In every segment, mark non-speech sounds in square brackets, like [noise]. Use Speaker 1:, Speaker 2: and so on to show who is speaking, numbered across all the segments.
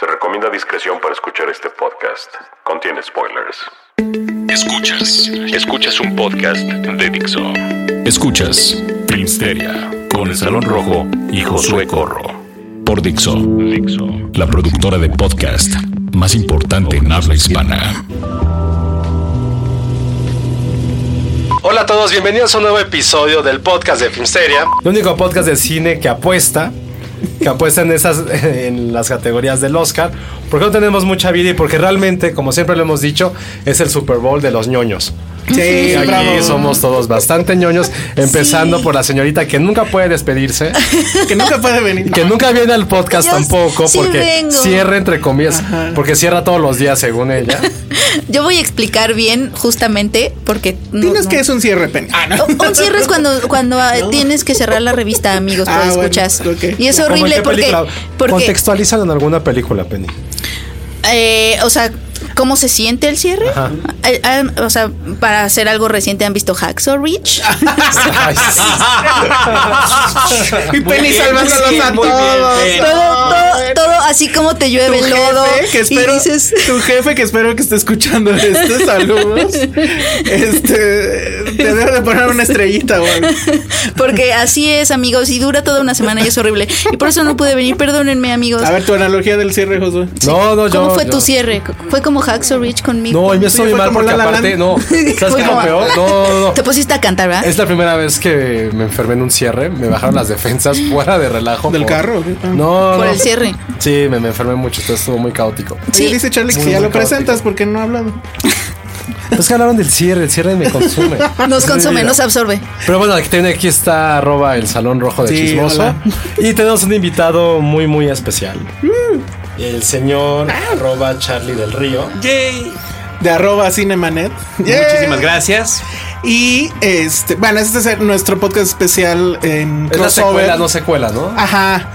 Speaker 1: Se recomienda discreción para escuchar este podcast. Contiene spoilers. Escuchas. Escuchas un podcast de Dixo. Escuchas Filmsteria con el Salón Rojo y Josué Corro. Por Dixo. Dixo. La productora de podcast más importante en habla hispana.
Speaker 2: Hola a todos, bienvenidos a un nuevo episodio del podcast de Filmsteria. El único podcast de cine que apuesta, que apuesta en esas [laughs] en las categorías del Oscar, porque no tenemos mucha vida y porque realmente, como siempre lo hemos dicho, es el Super Bowl de los ñoños. Sí, aquí somos todos bastante ñoños, empezando por la señorita que nunca puede despedirse,
Speaker 3: que nunca puede venir.
Speaker 2: que nunca viene al podcast
Speaker 4: Yo
Speaker 2: tampoco,
Speaker 4: sí
Speaker 2: porque
Speaker 4: vengo.
Speaker 2: cierra entre comillas, porque cierra todos los días según ella.
Speaker 4: Yo voy a explicar bien justamente porque... no-
Speaker 3: Dinos
Speaker 4: no.
Speaker 3: que es un cierre, Penny. Ah, no.
Speaker 4: O- Un cierre es cuando, cuando ah, tienes que cerrar la revista, amigos,
Speaker 3: Ah,
Speaker 4: por
Speaker 3: bueno,
Speaker 4: escuchas.
Speaker 3: ok.
Speaker 4: Y es
Speaker 2: Como en
Speaker 4: horrible
Speaker 2: qué
Speaker 4: porque,
Speaker 2: película.
Speaker 4: porque
Speaker 2: contextualizan en alguna película, Penny.
Speaker 4: eh, o sea, ¿cómo se siente el cierre? Eh, ah, o sea, para hacer algo reciente, ¿han visto Hacksaw Rich?
Speaker 3: Ah,
Speaker 2: Ay,
Speaker 4: [laughs]
Speaker 3: [laughs]
Speaker 2: sí.
Speaker 3: Y Penny salvándolos
Speaker 2: sí,
Speaker 3: a
Speaker 2: muy bien,
Speaker 3: todos.
Speaker 2: Penny.
Speaker 4: todo, todo, todo así como te llueve
Speaker 3: Tu
Speaker 4: el lodo
Speaker 3: jefe, que espero,
Speaker 4: y dices...
Speaker 3: tu jefe que espero que esté escuchando
Speaker 4: [laughs]
Speaker 3: este, saludos. Este, te debe de poner una estrellita, güey.
Speaker 4: [laughs] Porque así es, amigos, y dura toda una semana y es horrible. Y por eso no pude venir, perdónenme, amigos.
Speaker 3: A ver tu analogía del cierre, Josué.
Speaker 2: No, no, yo.
Speaker 4: ¿Cómo fue
Speaker 2: yo-
Speaker 4: tu cierre? ¿Fue como Hacksaw Rich conmigo?
Speaker 2: No, y me estoy
Speaker 3: Fue
Speaker 2: mal
Speaker 3: como
Speaker 2: porque
Speaker 3: La La
Speaker 2: aparte,
Speaker 3: Land. [laughs]
Speaker 2: no. ¿Sabes qué es
Speaker 4: Fue
Speaker 2: lo
Speaker 4: como-
Speaker 2: peor? No, no, no.
Speaker 4: Te pusiste a cantar, ¿verdad?
Speaker 2: Es la primera vez que me enfermé en un cierre. Me bajaron las defensas [laughs] fuera de relajo.
Speaker 3: ¿Del
Speaker 2: por-
Speaker 3: carro? o qué? Ah.
Speaker 2: No,
Speaker 4: Por
Speaker 2: no.
Speaker 4: el cierre.
Speaker 2: Sí, me, me enfermé mucho. Esto estuvo muy
Speaker 3: [laughs]
Speaker 2: caótico.
Speaker 3: Oye,
Speaker 4: Sí.
Speaker 3: Dice Charlie que
Speaker 2: Muy,
Speaker 3: si ya
Speaker 2: muy
Speaker 3: lo presentas porque no ha hablado.
Speaker 2: Es que hablaron del cierre. El cierre me consume.
Speaker 4: Nos
Speaker 2: Es mi
Speaker 4: consume,
Speaker 2: vida.
Speaker 4: nos absorbe.
Speaker 2: Pero bueno, aquí, tiene- aquí está arroba el salón rojo de
Speaker 3: Sí,
Speaker 2: chismoso.
Speaker 3: hola.
Speaker 2: Y tenemos un invitado muy, muy especial.
Speaker 3: Mm.
Speaker 2: El señor
Speaker 3: Ah.
Speaker 2: arroba Charlie del Río.
Speaker 3: De arroba cinemanet.
Speaker 5: Muchísimas gracias.
Speaker 3: Y este, bueno, este es nuestro podcast especial en
Speaker 2: Es la
Speaker 3: crossover.
Speaker 2: secuela, no secuela, ¿no?
Speaker 3: Ajá.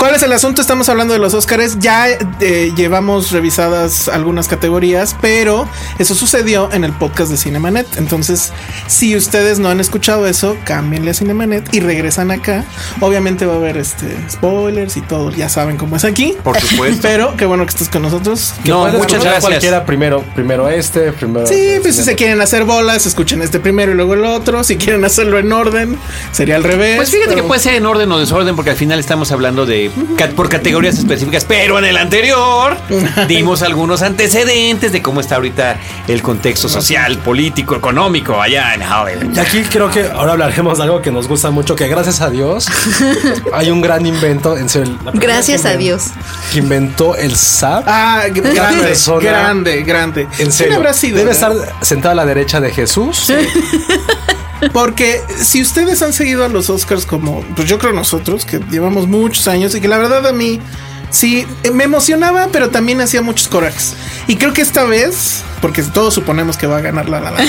Speaker 3: ¿Cuál es el asunto? Estamos hablando de los Óscares. Ya eh, llevamos revisadas algunas categorías, pero eso sucedió en el podcast de Cinemanet. Entonces, si ustedes no han escuchado eso, cámbienle a Cinemanet y regresan acá. Obviamente va a haber este spoilers y todo. Ya saben cómo es aquí.
Speaker 5: Por supuesto.
Speaker 3: Pero qué bueno que estás con nosotros.
Speaker 2: Que
Speaker 5: No,
Speaker 2: pueden
Speaker 5: muchas
Speaker 2: escuchar
Speaker 5: gracias.
Speaker 2: cualquiera primero. Primero este, primero.
Speaker 3: Sí, pues si se quieren hacer bolas, escuchen este primero y luego el otro. Si quieren hacerlo en orden, sería al revés.
Speaker 5: Pues fíjate
Speaker 3: pero-
Speaker 5: que puede ser en orden o desorden porque al final estamos hablando de cat- por categorías específicas, pero en el anterior dimos algunos antecedentes de cómo está ahorita el contexto social, político, económico allá en Hollywood.
Speaker 2: Y aquí creo que ahora hablaremos de algo que nos gusta mucho, que gracias a [laughs] Dios hay un gran invento. En serio, la persona
Speaker 4: Gracias
Speaker 2: que
Speaker 4: a
Speaker 2: inven-
Speaker 4: Dios.
Speaker 2: Que inventó el SAP. [laughs]
Speaker 3: Ah, gr-
Speaker 2: Gran
Speaker 3: grande,
Speaker 2: persona.
Speaker 3: grande, grande.
Speaker 2: en serio.
Speaker 3: ¿Quién habrá sido?
Speaker 2: Debe
Speaker 3: eh?
Speaker 2: estar sentado a la derecha de Jesús.
Speaker 3: Porque si ustedes han seguido a los Oscars como, pues yo creo nosotros, que llevamos muchos años y que la verdad a mí sí eh, me emocionaba, pero también hacía muchos corajes. Y creo que esta vez, porque todos suponemos que va a ganar la la
Speaker 4: [laughs]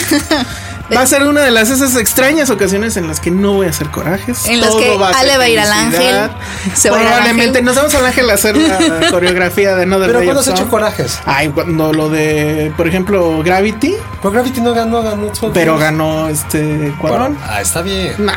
Speaker 3: Land, Va a ser una de las esas extrañas ocasiones en las que no voy a hacer corajes.
Speaker 4: En las
Speaker 3: todo
Speaker 4: que
Speaker 3: ser
Speaker 4: Ale va a ir al
Speaker 3: felicidad.
Speaker 4: ángel, se va a ir al
Speaker 3: Probablemente
Speaker 4: ángel.
Speaker 3: nos vamos al ángel a
Speaker 4: [laughs]
Speaker 3: hacer la coreografía de Another
Speaker 2: Pero
Speaker 3: Day
Speaker 2: ¿cuándo
Speaker 3: of
Speaker 2: has hecho
Speaker 3: Song.
Speaker 2: corajes?
Speaker 3: Ay, cuando lo de, por ejemplo, Gravity,
Speaker 2: Pero Gravity no ganó, ganó.
Speaker 3: pero ganó este Cuarón.
Speaker 2: Ah, está bien.
Speaker 3: Nah.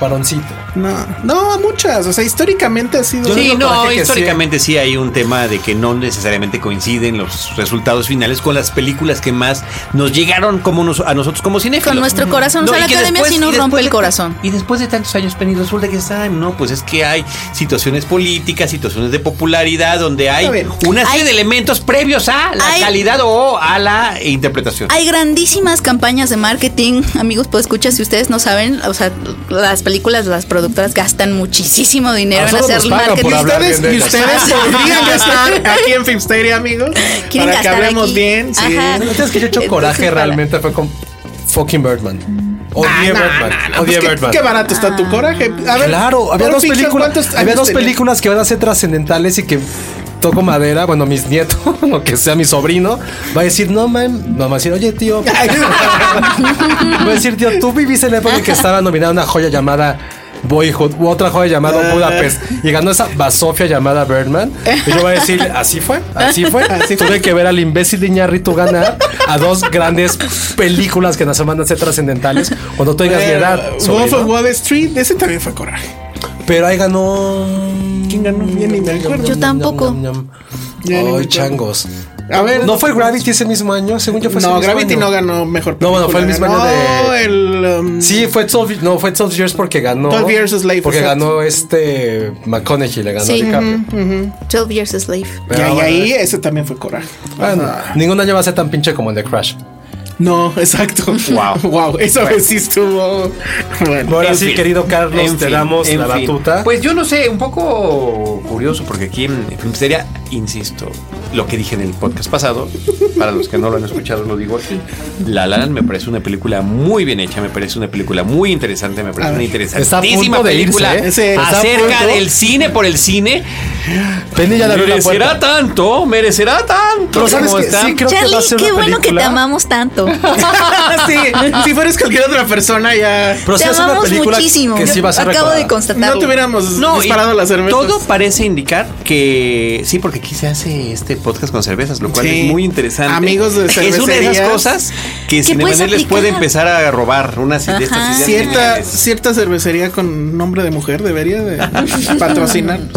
Speaker 2: Cuaroncito.
Speaker 3: No, no, muchas. O sea, históricamente ha sido.
Speaker 5: Sí, no,
Speaker 3: coraje que
Speaker 5: históricamente sí. hay un tema de que no necesariamente coinciden los resultados finales con las películas que más nos llegaron como nos- a nosotros como cinéfilos.
Speaker 4: Con nuestro corazón, o sea,
Speaker 5: y
Speaker 4: la
Speaker 5: que
Speaker 4: academia sí
Speaker 5: y
Speaker 4: nos
Speaker 5: después
Speaker 4: rompe el
Speaker 5: de-
Speaker 4: corazón.
Speaker 5: Y después de tantos años, Penny, resulta que está, no, pues es que hay situaciones políticas, situaciones de popularidad, donde hay
Speaker 3: Está bien.
Speaker 5: una serie
Speaker 4: Hay-
Speaker 5: de elementos previos a la
Speaker 4: hay-
Speaker 5: calidad o a la interpretación.
Speaker 4: Hay grandísimas campañas de marketing, amigos, pues escuchas, si ustedes no saben, o sea, las películas, las productoras gastan muchísimo dinero
Speaker 2: A
Speaker 4: en
Speaker 2: nosotros
Speaker 4: hacer
Speaker 2: nos pagan
Speaker 4: marketing.
Speaker 2: por
Speaker 3: Y
Speaker 2: hablar
Speaker 3: ustedes,
Speaker 2: bien de
Speaker 3: y
Speaker 2: ellas.
Speaker 3: ustedes
Speaker 2: [laughs]
Speaker 3: podrían ya estar aquí en Filmsteria, amigos.
Speaker 4: [laughs] Quieren
Speaker 3: Para que
Speaker 4: gastar
Speaker 3: hablemos
Speaker 4: aquí.
Speaker 3: bien. Sí.
Speaker 4: Ajá.
Speaker 2: No, es que yo he hecho
Speaker 4: Entonces,
Speaker 2: coraje
Speaker 4: para-
Speaker 2: realmente fue con fucking Birdman. Odié Birdman.
Speaker 3: Pues
Speaker 2: Odié
Speaker 3: qué,
Speaker 2: Birdman.
Speaker 3: qué barato está
Speaker 4: Ah.
Speaker 3: tu coraje. A ver,
Speaker 2: claro, había
Speaker 3: Pulp
Speaker 2: dos,
Speaker 3: Fiction,
Speaker 2: películas,
Speaker 3: ¿cuántos
Speaker 2: había
Speaker 3: años
Speaker 2: dos
Speaker 3: tenía? [laughs]
Speaker 2: películas que van a ser trascendentales y que toco madera, bueno, mis nietos, [laughs] o que sea mi sobrino, va a decir, no, man, va a decir, oye, tío, va a decir, tío, tú viviste en la época en que estaba nominada una joya llamada Boyhood, u otra joya
Speaker 3: Ah.
Speaker 2: llamada Budapest, y ganó esa basofia llamada Birdman, y yo voy a decir, así fue, así
Speaker 3: [laughs]
Speaker 2: fue, tuve que ver al imbécil de Iñárritu ganar a dos grandes películas que en la semana van a ser trascendentales, cuando tú tengas mi edad,
Speaker 3: Eh, Wolf
Speaker 2: sobrino.
Speaker 3: of Wall Street, ese también fue coraje.
Speaker 2: Pero ahí ganó. ¿Quién ganó?
Speaker 3: Bien, ni me acuerdo.
Speaker 4: Yo tampoco.
Speaker 3: Ya ni
Speaker 2: Ay,
Speaker 3: me acuerdo.
Speaker 2: changos.
Speaker 3: A ver.
Speaker 2: ¿No fue Gravity ese mismo año? Según yo fue ese
Speaker 3: No,
Speaker 2: mismo
Speaker 3: Gravity
Speaker 2: año.
Speaker 3: no ganó mejor
Speaker 2: No, bueno, fue el mismo
Speaker 3: película,
Speaker 2: año de-
Speaker 3: ganó el. um,
Speaker 2: Sí, fue 12, no, fue 12 Years porque ganó.
Speaker 3: 12 Years a Slave,
Speaker 2: Porque
Speaker 3: exacto.
Speaker 2: ganó este McConaughey, le ganó
Speaker 4: Sí.
Speaker 2: a DiCaprio.
Speaker 4: 12 Years a Slave.
Speaker 3: Y
Speaker 2: Pero
Speaker 3: ahí,
Speaker 2: bueno, Ah,
Speaker 3: ahí, ese también fue coraje.
Speaker 2: Bueno, ningún año va a ser tan pinche como el de Crash.
Speaker 3: No, exacto. [laughs]
Speaker 5: Wow.
Speaker 3: wow, esa vez sí estuvo. Bueno.
Speaker 2: Ahora
Speaker 5: En
Speaker 2: sí,
Speaker 5: fin.
Speaker 2: querido Carlos,
Speaker 5: En
Speaker 2: te
Speaker 5: fin,
Speaker 2: damos
Speaker 5: en
Speaker 2: la
Speaker 5: fin.
Speaker 2: batuta.
Speaker 5: Pues yo no sé, un poco curioso, porque aquí en Filmsteria, insisto, lo que dije en el podcast pasado, para los que no lo han escuchado, lo digo aquí. La La Land me parece una película muy bien hecha, me parece una película muy interesante, me
Speaker 3: A
Speaker 5: parece
Speaker 3: ver,
Speaker 5: una
Speaker 2: está a
Speaker 5: interesantísima
Speaker 2: punto de
Speaker 5: película
Speaker 2: irse,
Speaker 3: ¿eh? Sí, está a
Speaker 5: acerca
Speaker 3: punto.
Speaker 5: del cine por el cine.
Speaker 2: Penny ya le abrió la
Speaker 5: Merecerá
Speaker 2: puerta.
Speaker 5: tanto, merecerá tanto.
Speaker 2: Pero sabes
Speaker 5: como
Speaker 2: que
Speaker 5: está.
Speaker 2: sí creo que
Speaker 4: Charlie,
Speaker 2: va a ser
Speaker 4: qué
Speaker 2: una
Speaker 4: bueno que te
Speaker 2: película- [laughs]
Speaker 4: amamos tanto.
Speaker 3: [laughs] sí, si fueras cualquier otra persona ya.
Speaker 2: Pero sí
Speaker 4: te
Speaker 2: es una
Speaker 4: amamos
Speaker 2: película
Speaker 4: muchísimo.
Speaker 2: que sí va a ser
Speaker 4: Acabo
Speaker 2: recordada.
Speaker 4: de
Speaker 3: No
Speaker 4: constatarlo.
Speaker 3: te hubiéramos
Speaker 5: No, y
Speaker 3: disparado las cervezas.
Speaker 5: Todo parece indicar que sí, porque aquí se hace este podcast con cervezas, lo cual
Speaker 3: Sí.
Speaker 5: es muy interesante.
Speaker 3: Amigos de
Speaker 5: Es una de
Speaker 3: cervecerías.
Speaker 5: esas cosas que sin
Speaker 4: puedes
Speaker 5: les
Speaker 4: aplicar.
Speaker 5: puede empezar a robar unas de estas
Speaker 4: Ajá.
Speaker 5: ideas
Speaker 3: Cierta,
Speaker 5: geniales.
Speaker 3: cierta cervecería con nombre de mujer debería de patrocinarnos.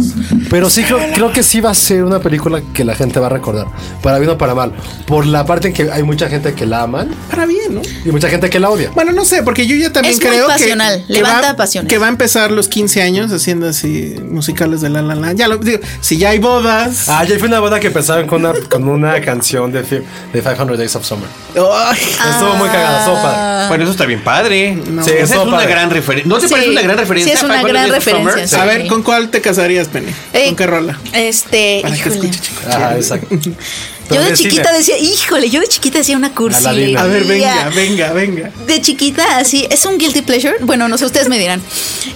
Speaker 2: Pero sí creo, creo que sí va a ser una película que la gente va a recordar, para bien o para mal. Por la parte en que hay mucha gente que la aman
Speaker 3: Para bien, ¿no?
Speaker 2: y mucha gente que la odia.
Speaker 3: Bueno, no sé, porque yo ya también
Speaker 4: Es muy
Speaker 3: creo que,
Speaker 4: pasional,
Speaker 3: que
Speaker 4: levanta
Speaker 3: va,
Speaker 4: pasiones.
Speaker 3: que va a empezar los 15 años haciendo así musicales de la la la. Ya lo digo, si ya hay bodas.
Speaker 2: Ah, ya fue una boda que empezaron con una, con una canción de, fi- de 500 Days of Summer.
Speaker 3: Ay,
Speaker 4: Ah,
Speaker 2: Estuvo muy cagada,
Speaker 3: Ah,
Speaker 2: sopa.
Speaker 5: Bueno, eso está bien padre.
Speaker 2: Sí,
Speaker 5: Esa
Speaker 2: eso
Speaker 5: es una
Speaker 2: padre.
Speaker 5: gran referencia. ¿No te
Speaker 4: Sí.
Speaker 5: parece una gran
Speaker 4: Sí,
Speaker 5: referencia?
Speaker 4: es una
Speaker 5: Five
Speaker 4: gran
Speaker 5: Hundred Days of Summer?
Speaker 4: referencia.
Speaker 3: a
Speaker 4: Sí.
Speaker 3: ver, ¿con cuál te casarías, Penny?
Speaker 4: Ey,
Speaker 3: ¿Con qué rola?
Speaker 4: Este,
Speaker 3: Para que
Speaker 4: híjole.
Speaker 3: escuche, chico.
Speaker 2: Ajá, exacto.
Speaker 5: [laughs]
Speaker 4: Yo
Speaker 2: Pero
Speaker 4: de
Speaker 2: cine.
Speaker 4: chiquita decía, híjole, yo de chiquita decía una cursi.
Speaker 2: Aladina.
Speaker 3: A ver, venga, venga, venga.
Speaker 4: De chiquita, así, es un guilty pleasure. Bueno, no sé, ustedes me dirán.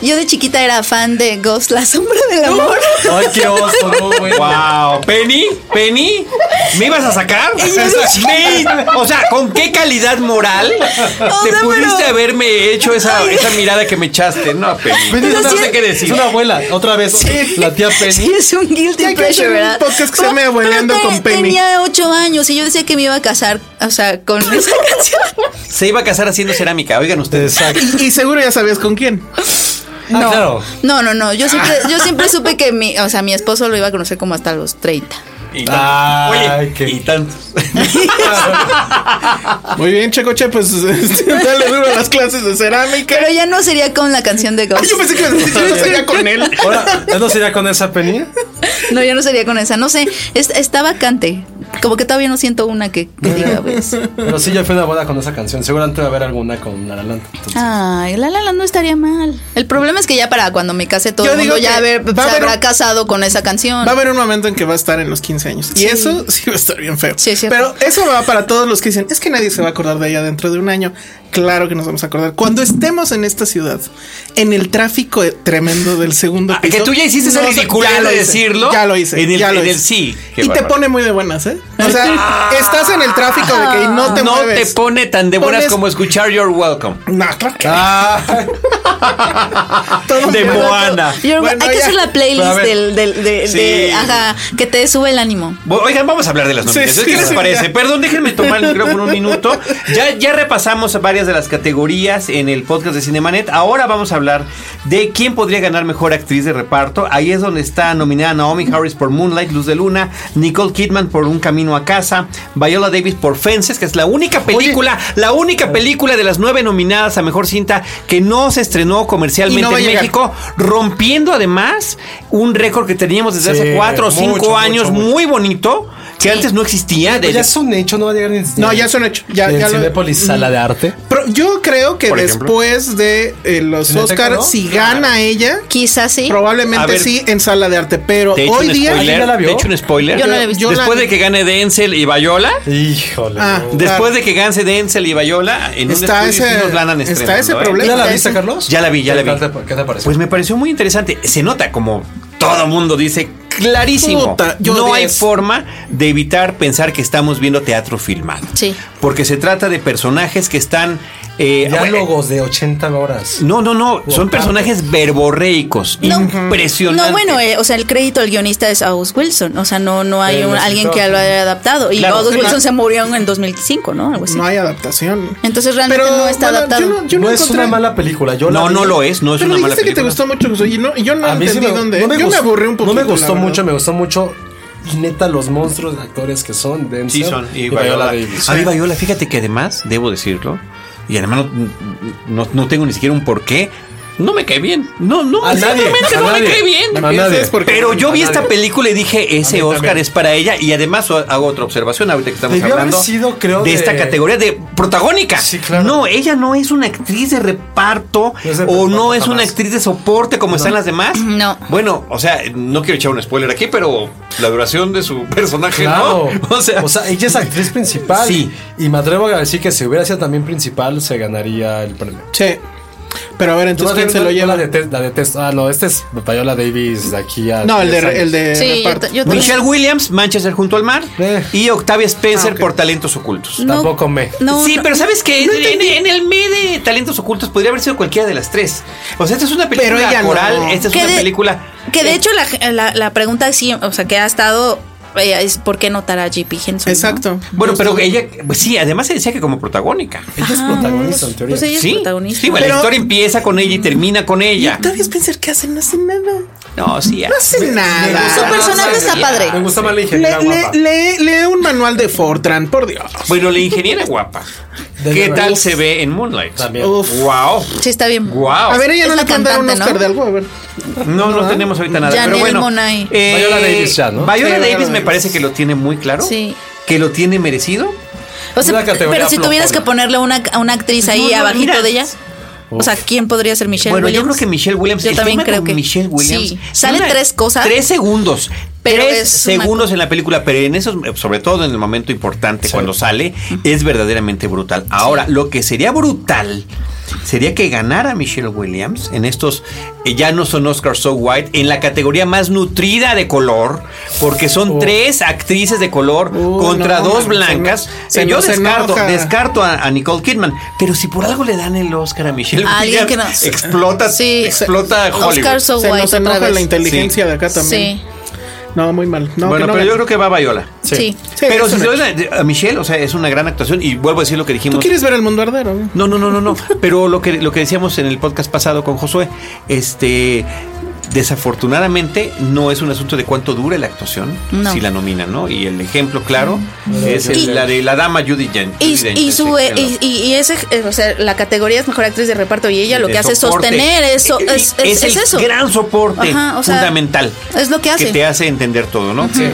Speaker 4: Yo de chiquita era fan de Ghost, la sombra del amor.
Speaker 2: Ay, qué oso, no, güey.
Speaker 5: Wow, Penny, Penny, ¿me ibas a sacar? Me- o sea, ¿con qué calidad moral te
Speaker 4: sea,
Speaker 5: pudiste
Speaker 4: pero-
Speaker 5: haberme hecho esa, esa mirada que me echaste? No, Penny.
Speaker 2: Penny,
Speaker 5: no
Speaker 2: es una-
Speaker 5: sé qué decir.
Speaker 2: Es una abuela, otra vez. La tía Penny.
Speaker 4: Sí, es un guilty
Speaker 3: Ya hay que
Speaker 4: pleasure,
Speaker 3: hacer un
Speaker 4: ¿verdad?
Speaker 3: podcast que se llame
Speaker 4: Pero-
Speaker 3: Abueleando
Speaker 4: pero
Speaker 3: con Penny.
Speaker 4: Tenía ocho años y yo decía que me iba a casar, o sea,
Speaker 3: [laughs]
Speaker 4: con esa canción.
Speaker 5: Se iba a casar haciendo cerámica, oigan ustedes.
Speaker 2: Exacto.
Speaker 3: Y, y seguro ya sabías con quién.
Speaker 2: Ah, claro.
Speaker 4: No, no, no. Yo siempre, yo siempre supe que mi, o sea, mi esposo lo iba a conocer como hasta los 30.
Speaker 5: Y
Speaker 2: Ay,
Speaker 5: Oye,
Speaker 2: qué-
Speaker 5: y tantos.
Speaker 3: Muy bien, Checoche, pues [laughs] este, dale duro a las clases de cerámica.
Speaker 4: Pero ya no sería con la canción de Ghost.
Speaker 3: Yo pensé que yo no sería con él.
Speaker 2: Ahora, ¿él no sería con esa Penny?
Speaker 4: No, yo no sería con esa. No sé, es- está vacante. Como que todavía no siento una que, que diga, pues.
Speaker 2: Pero sí, ya fue una boda con esa canción. Seguramente va a haber alguna con La La Land. Entonces,
Speaker 4: Ay, la la la no estaría mal. El problema es que ya para cuando me case todo
Speaker 3: Yo
Speaker 4: el mundo
Speaker 3: digo
Speaker 4: ya
Speaker 3: que
Speaker 4: haber,
Speaker 3: va a
Speaker 4: se
Speaker 3: haber
Speaker 4: habrá
Speaker 3: un-
Speaker 4: casado con esa canción.
Speaker 3: Va a haber un momento en que va a estar en los 15 años. Y eso sí va a estar bien feo.
Speaker 4: Sí, es cierto.
Speaker 3: Pero eso va para todos los que dicen, es que nadie se va a acordar de ella dentro de un año. Claro que nos vamos a acordar. Cuando estemos en esta ciudad, en el tráfico tremendo del segundo
Speaker 5: Ah, que
Speaker 3: piso,
Speaker 5: tú ya hiciste esa
Speaker 3: nos-
Speaker 5: ridiculez
Speaker 3: ya lo
Speaker 5: de
Speaker 3: hice,
Speaker 5: decirlo.
Speaker 3: Ya lo hice.
Speaker 5: En el-
Speaker 3: ya lo
Speaker 5: en el
Speaker 3: hice.
Speaker 5: sí. Qué
Speaker 3: Y te
Speaker 5: bárbaro. Ah.
Speaker 3: pone muy de buenas, ¿eh? O sea, estás en el tráfico de que no te
Speaker 5: no
Speaker 3: mueves.
Speaker 5: te pone tan de buenas
Speaker 3: Pones-
Speaker 5: como escuchar You're Welcome.
Speaker 3: No, claro que [laughs]
Speaker 4: Todo
Speaker 5: de
Speaker 4: el rato.
Speaker 5: Moana.
Speaker 4: Yo-
Speaker 3: Bueno,
Speaker 4: hay que
Speaker 3: ya.
Speaker 4: hacer la
Speaker 5: Pero a
Speaker 4: playlist
Speaker 5: ver.
Speaker 4: del, del- de,
Speaker 5: Sí.
Speaker 4: de- ajá, que te sube el ánimo.
Speaker 5: Bo- Oigan, vamos a hablar de las nominaciones.
Speaker 3: Sí, sí,
Speaker 5: ¿Qué les
Speaker 3: sí,
Speaker 5: parece?
Speaker 3: ya.
Speaker 5: Perdón, déjenme tomar
Speaker 3: [laughs]
Speaker 5: el micrófono un minuto. Ya, ya repasamos varias de las categorías en el podcast de Cinemanet. Ahora vamos a hablar de quién podría ganar mejor actriz de reparto. Ahí es donde está nominada Naomi Harris por Moonlight, Luz de Luna, Nicole Kidman por Un Camino a Casa, Viola Davis por Fences, que es la única película, la
Speaker 3: Ah.
Speaker 5: única película de las nueve nominadas a mejor cinta que no se estrenó comercialmente
Speaker 3: Y no va
Speaker 5: en
Speaker 3: a llegar.
Speaker 5: México, rompiendo además un récord que teníamos desde
Speaker 2: Sí,
Speaker 5: hace cuatro o
Speaker 2: mucho,
Speaker 5: cinco
Speaker 2: mucho,
Speaker 5: años,
Speaker 2: mucho.
Speaker 5: muy bonito que
Speaker 4: Sí.
Speaker 5: antes no existía. De,
Speaker 2: Pues ya es un hecho, no va a llegar ni
Speaker 3: No, ya es un hecho. Ya,
Speaker 2: en
Speaker 3: ya lo-
Speaker 2: Cinépolis, sala de arte.
Speaker 3: Pero yo creo que después de eh, los
Speaker 2: Cineteca,
Speaker 3: Oscars,
Speaker 2: ¿no?
Speaker 3: si gana ella,
Speaker 4: Quizás sí.
Speaker 5: A
Speaker 3: probablemente
Speaker 5: ver.
Speaker 3: sí en sala de arte. Pero
Speaker 5: te echo
Speaker 3: hoy
Speaker 5: un
Speaker 3: día.
Speaker 5: spoiler,
Speaker 2: ¿Alguien ya la vio?
Speaker 5: te echo un spoiler.
Speaker 4: Yo no la he visto.
Speaker 3: Yo
Speaker 5: Después
Speaker 3: la-
Speaker 5: de que gane Denzel y Bayola.
Speaker 2: Híjole.
Speaker 3: Ah,
Speaker 2: no.
Speaker 5: Después de que gane Denzel y Bayola, en
Speaker 3: Está
Speaker 5: un estudio
Speaker 3: ese-
Speaker 5: sí nos ganan
Speaker 3: está
Speaker 5: estrenando,
Speaker 3: ese
Speaker 5: ¿eh?
Speaker 3: problema.
Speaker 2: ¿Ya la
Speaker 3: ¿qué
Speaker 2: viste,
Speaker 3: es?
Speaker 2: Carlos?
Speaker 5: Ya la vi, ya la vi.
Speaker 2: ¿Qué te- ¿Qué te parece?
Speaker 5: Pues me pareció muy interesante. Se nota como todo mundo dice clarísimo.
Speaker 3: Puta, yo
Speaker 5: no
Speaker 3: diez.
Speaker 5: hay forma de evitar pensar que estamos viendo teatro filmado.
Speaker 4: Sí.
Speaker 5: Porque se trata de personajes que están. eh,
Speaker 2: Diálogos de 80 horas.
Speaker 5: No, no, no. Son personajes verborreicos.
Speaker 4: No.
Speaker 5: Impresionantes.
Speaker 4: No, bueno, eh, o sea, el crédito al guionista es August Wilson. O sea, no, no hay
Speaker 2: El
Speaker 4: un-
Speaker 2: escritor.
Speaker 4: alguien que lo haya adaptado. Y
Speaker 5: Claro.
Speaker 4: August
Speaker 3: Sí,
Speaker 4: Wilson
Speaker 3: claro.
Speaker 4: se murió en el 2005, ¿no? Algo así.
Speaker 3: No hay adaptación.
Speaker 4: Entonces realmente no está
Speaker 3: bueno,
Speaker 4: adaptado.
Speaker 3: Yo no, yo no
Speaker 2: no es
Speaker 3: encontré-
Speaker 2: una mala película. Yo la
Speaker 5: No,
Speaker 4: eh.
Speaker 2: vi.
Speaker 5: no lo es. No es
Speaker 3: Pero
Speaker 5: una
Speaker 3: dijiste
Speaker 5: mala
Speaker 3: que te
Speaker 5: película.
Speaker 3: gustó mucho, Gus, y no, y yo no
Speaker 2: A mí sí
Speaker 3: entendí
Speaker 2: me-
Speaker 3: dónde.
Speaker 2: no me
Speaker 3: yo
Speaker 2: gustó-
Speaker 3: me aburrí un poquito.
Speaker 2: No me gustó
Speaker 3: la verdad.
Speaker 2: mucho, me gustó mucho. Y neta, los monstruos de actores que son Denzel
Speaker 5: Sí, son. Y,
Speaker 2: y
Speaker 5: Viola
Speaker 2: Viola
Speaker 5: Davis.
Speaker 2: Davis.
Speaker 5: A mí Viola, fíjate que además, debo decirlo, y además no, no- no tengo ni siquiera un porqué. No me cae bien. No, no,
Speaker 2: A nadie,
Speaker 5: simplemente
Speaker 2: a
Speaker 5: no me
Speaker 2: nadie.
Speaker 5: cae bien.
Speaker 2: A nadie.
Speaker 3: ¿Sabes por qué?
Speaker 5: Pero yo vi
Speaker 2: A
Speaker 5: esta
Speaker 2: nadie.
Speaker 5: película y dije, ese
Speaker 2: A mí
Speaker 5: Oscar
Speaker 2: también.
Speaker 5: es para ella. Y además o- hago otra observación ahorita que estamos
Speaker 2: Debió haber
Speaker 5: hablando
Speaker 2: sido, creo,
Speaker 5: de,
Speaker 2: de-
Speaker 5: esta categoría de protagónica.
Speaker 2: Sí, claro.
Speaker 5: No, ella no es una actriz de reparto
Speaker 2: No es de
Speaker 5: o no
Speaker 2: reparto,
Speaker 5: es una
Speaker 2: jamás.
Speaker 5: actriz de soporte como están las demás.
Speaker 4: No.
Speaker 5: Bueno, o sea, no quiero echar un spoiler aquí, pero la duración de su
Speaker 3: [laughs]
Speaker 5: personaje
Speaker 2: Claro.
Speaker 5: no. [laughs] O sea,
Speaker 2: ella es actriz principal.
Speaker 5: Sí.
Speaker 2: Y me atrevo a decir que si hubiera sido también principal, se ganaría el premio.
Speaker 3: Sí. Pero a ver, entonces quién se lo
Speaker 2: Yo
Speaker 3: lleva.
Speaker 2: La detesto, la detesto. Ah, no, este es Viola Davis de aquí a.
Speaker 3: No, el
Speaker 2: 10 años.
Speaker 3: de, el de
Speaker 4: Sí, yo,
Speaker 3: reparto.
Speaker 4: ta- yo también.
Speaker 5: Michelle Williams, Manchester junto al mar.
Speaker 2: Eh.
Speaker 5: Y Octavia Spencer
Speaker 3: Ah, ok.
Speaker 5: por talentos ocultos.
Speaker 4: No,
Speaker 2: Tampoco me.
Speaker 4: no,
Speaker 5: sí,
Speaker 4: no.
Speaker 5: pero ¿sabes qué? en, en el me de talentos ocultos podría haber sido cualquiera de las tres. O sea, esta es una película
Speaker 3: ella no.
Speaker 5: coral, esta es
Speaker 4: Que
Speaker 5: una
Speaker 4: de-
Speaker 5: película.
Speaker 4: Que de
Speaker 5: eh,
Speaker 4: hecho la, la, la pregunta sí, o sea, que ha estado eh, es por qué notar a JP Henson.
Speaker 3: Exacto.
Speaker 5: Bueno, pero ella, pues sí, además se decía que como protagónica.
Speaker 2: Ella es protagonista en
Speaker 4: ¿no?
Speaker 2: teoría.
Speaker 4: Ah, Pues ella es
Speaker 5: Sí,
Speaker 4: protagonista.
Speaker 5: sí, bueno, la
Speaker 3: Pero-
Speaker 5: historia empieza con ella y termina con ella.
Speaker 3: Todavía es pensar que hace, no hace nada.
Speaker 5: No, sí,
Speaker 3: No hace nada.
Speaker 4: Su personaje está padre.
Speaker 2: Ah, Me gusta más la
Speaker 3: Le-
Speaker 2: ingeniera guapa.
Speaker 3: le- Lee lee un manual de Fortran, por Dios.
Speaker 5: Bueno, la ingeniera guapa.
Speaker 2: De
Speaker 5: ¿Qué
Speaker 2: verdad.
Speaker 5: tal se ve en Moonlight?
Speaker 2: También.
Speaker 3: Uf.
Speaker 5: Wow.
Speaker 4: Sí, está bien.
Speaker 5: Wow.
Speaker 3: A ver, ella
Speaker 4: Es
Speaker 3: no
Speaker 4: la
Speaker 3: le pueden dar un
Speaker 4: cantante,
Speaker 3: Oscar
Speaker 4: ¿no?
Speaker 3: de algo, a ver.
Speaker 5: No, no tenemos ahorita nada.
Speaker 4: Janelle
Speaker 5: pero bueno,
Speaker 4: Monáe.
Speaker 5: eh,
Speaker 2: Viola Davis ya, ¿no?
Speaker 5: Viola
Speaker 3: Sí, Viola
Speaker 5: Davis me
Speaker 3: Davis.
Speaker 5: parece que lo tiene muy claro.
Speaker 4: Sí.
Speaker 5: Que lo tiene merecido.
Speaker 4: O sea,
Speaker 2: Una categoría
Speaker 4: Pues, pero si tuvieras
Speaker 2: flojona.
Speaker 4: que ponerle una, a una actriz ahí
Speaker 5: No, no,
Speaker 4: abajito
Speaker 5: mira.
Speaker 4: de ella, o sea, ¿quién podría ser Michelle
Speaker 5: bueno,
Speaker 4: Williams?
Speaker 5: yo creo que Michelle Williams.
Speaker 4: Yo
Speaker 5: el
Speaker 4: también
Speaker 5: tema
Speaker 4: creo
Speaker 5: con
Speaker 4: que-
Speaker 5: Michelle Williams.
Speaker 4: sí.
Speaker 5: es
Speaker 4: Salen tres cosas.
Speaker 5: Tres segundos.
Speaker 4: Pero
Speaker 5: tres
Speaker 4: es una
Speaker 5: segundos
Speaker 4: cosa.
Speaker 5: en la película, pero en esos, sobre todo en el momento importante cuando sale, es verdaderamente brutal. Ahora, lo que sería brutal sería que ganara Michelle Williams en estos, eh, ya no son Oscar So White, en la categoría más nutrida de color, porque son tres actrices de color
Speaker 3: Oh. Uh,
Speaker 5: contra
Speaker 3: no,
Speaker 5: dos
Speaker 3: se me-
Speaker 5: blancas.
Speaker 3: se
Speaker 5: Eh, Yo
Speaker 3: nos
Speaker 5: descarto,
Speaker 3: enoja.
Speaker 5: descarto a, a Nicole Kidman, pero si por algo le dan el Oscar a Michelle
Speaker 4: A alguien
Speaker 5: Williams,
Speaker 4: que no-
Speaker 5: explota,
Speaker 4: Sí.
Speaker 5: explota Hollywood.
Speaker 4: Oscar So
Speaker 3: Se
Speaker 4: White
Speaker 3: nos
Speaker 4: otra
Speaker 3: enoja
Speaker 4: vez.
Speaker 3: la inteligencia de acá
Speaker 4: Sí,
Speaker 3: también. No, muy mal. No,
Speaker 5: bueno,
Speaker 3: que no
Speaker 5: pero yo
Speaker 3: gane.
Speaker 5: creo que va Viola.
Speaker 4: sí.
Speaker 3: Sí,
Speaker 5: pero
Speaker 3: es
Speaker 5: si
Speaker 3: un
Speaker 5: se
Speaker 3: hecho.
Speaker 5: lo dan a a Michelle, o sea, es una gran actuación y vuelvo a decir lo que dijimos.
Speaker 3: ¿Tú quieres ver el mundo arder? o no?
Speaker 5: No, no, no, no, no. Pero lo que, lo que decíamos en el podcast pasado con Josué, este. Desafortunadamente no es un asunto de cuánto dure la actuación
Speaker 4: No.
Speaker 5: si la nominan, ¿no? Y el ejemplo claro
Speaker 3: Mm.
Speaker 5: es
Speaker 4: Y-
Speaker 5: el- la de la dama Judy Dench.
Speaker 4: Y,
Speaker 5: Judy Dench, este,
Speaker 4: y su
Speaker 5: sí,
Speaker 4: eh,
Speaker 5: claro.
Speaker 4: y, y- y ese eh, o sea la categoría es mejor actriz de reparto y ella lo
Speaker 5: de
Speaker 4: que hace es
Speaker 5: soporte.
Speaker 4: sostener eso
Speaker 5: Eh,
Speaker 4: es,
Speaker 5: eh,
Speaker 4: es- es
Speaker 5: el
Speaker 4: eso
Speaker 5: gran soporte
Speaker 4: Ajá, o sea,
Speaker 5: fundamental
Speaker 4: es lo que hace
Speaker 5: te hace entender todo, ¿no? Sí.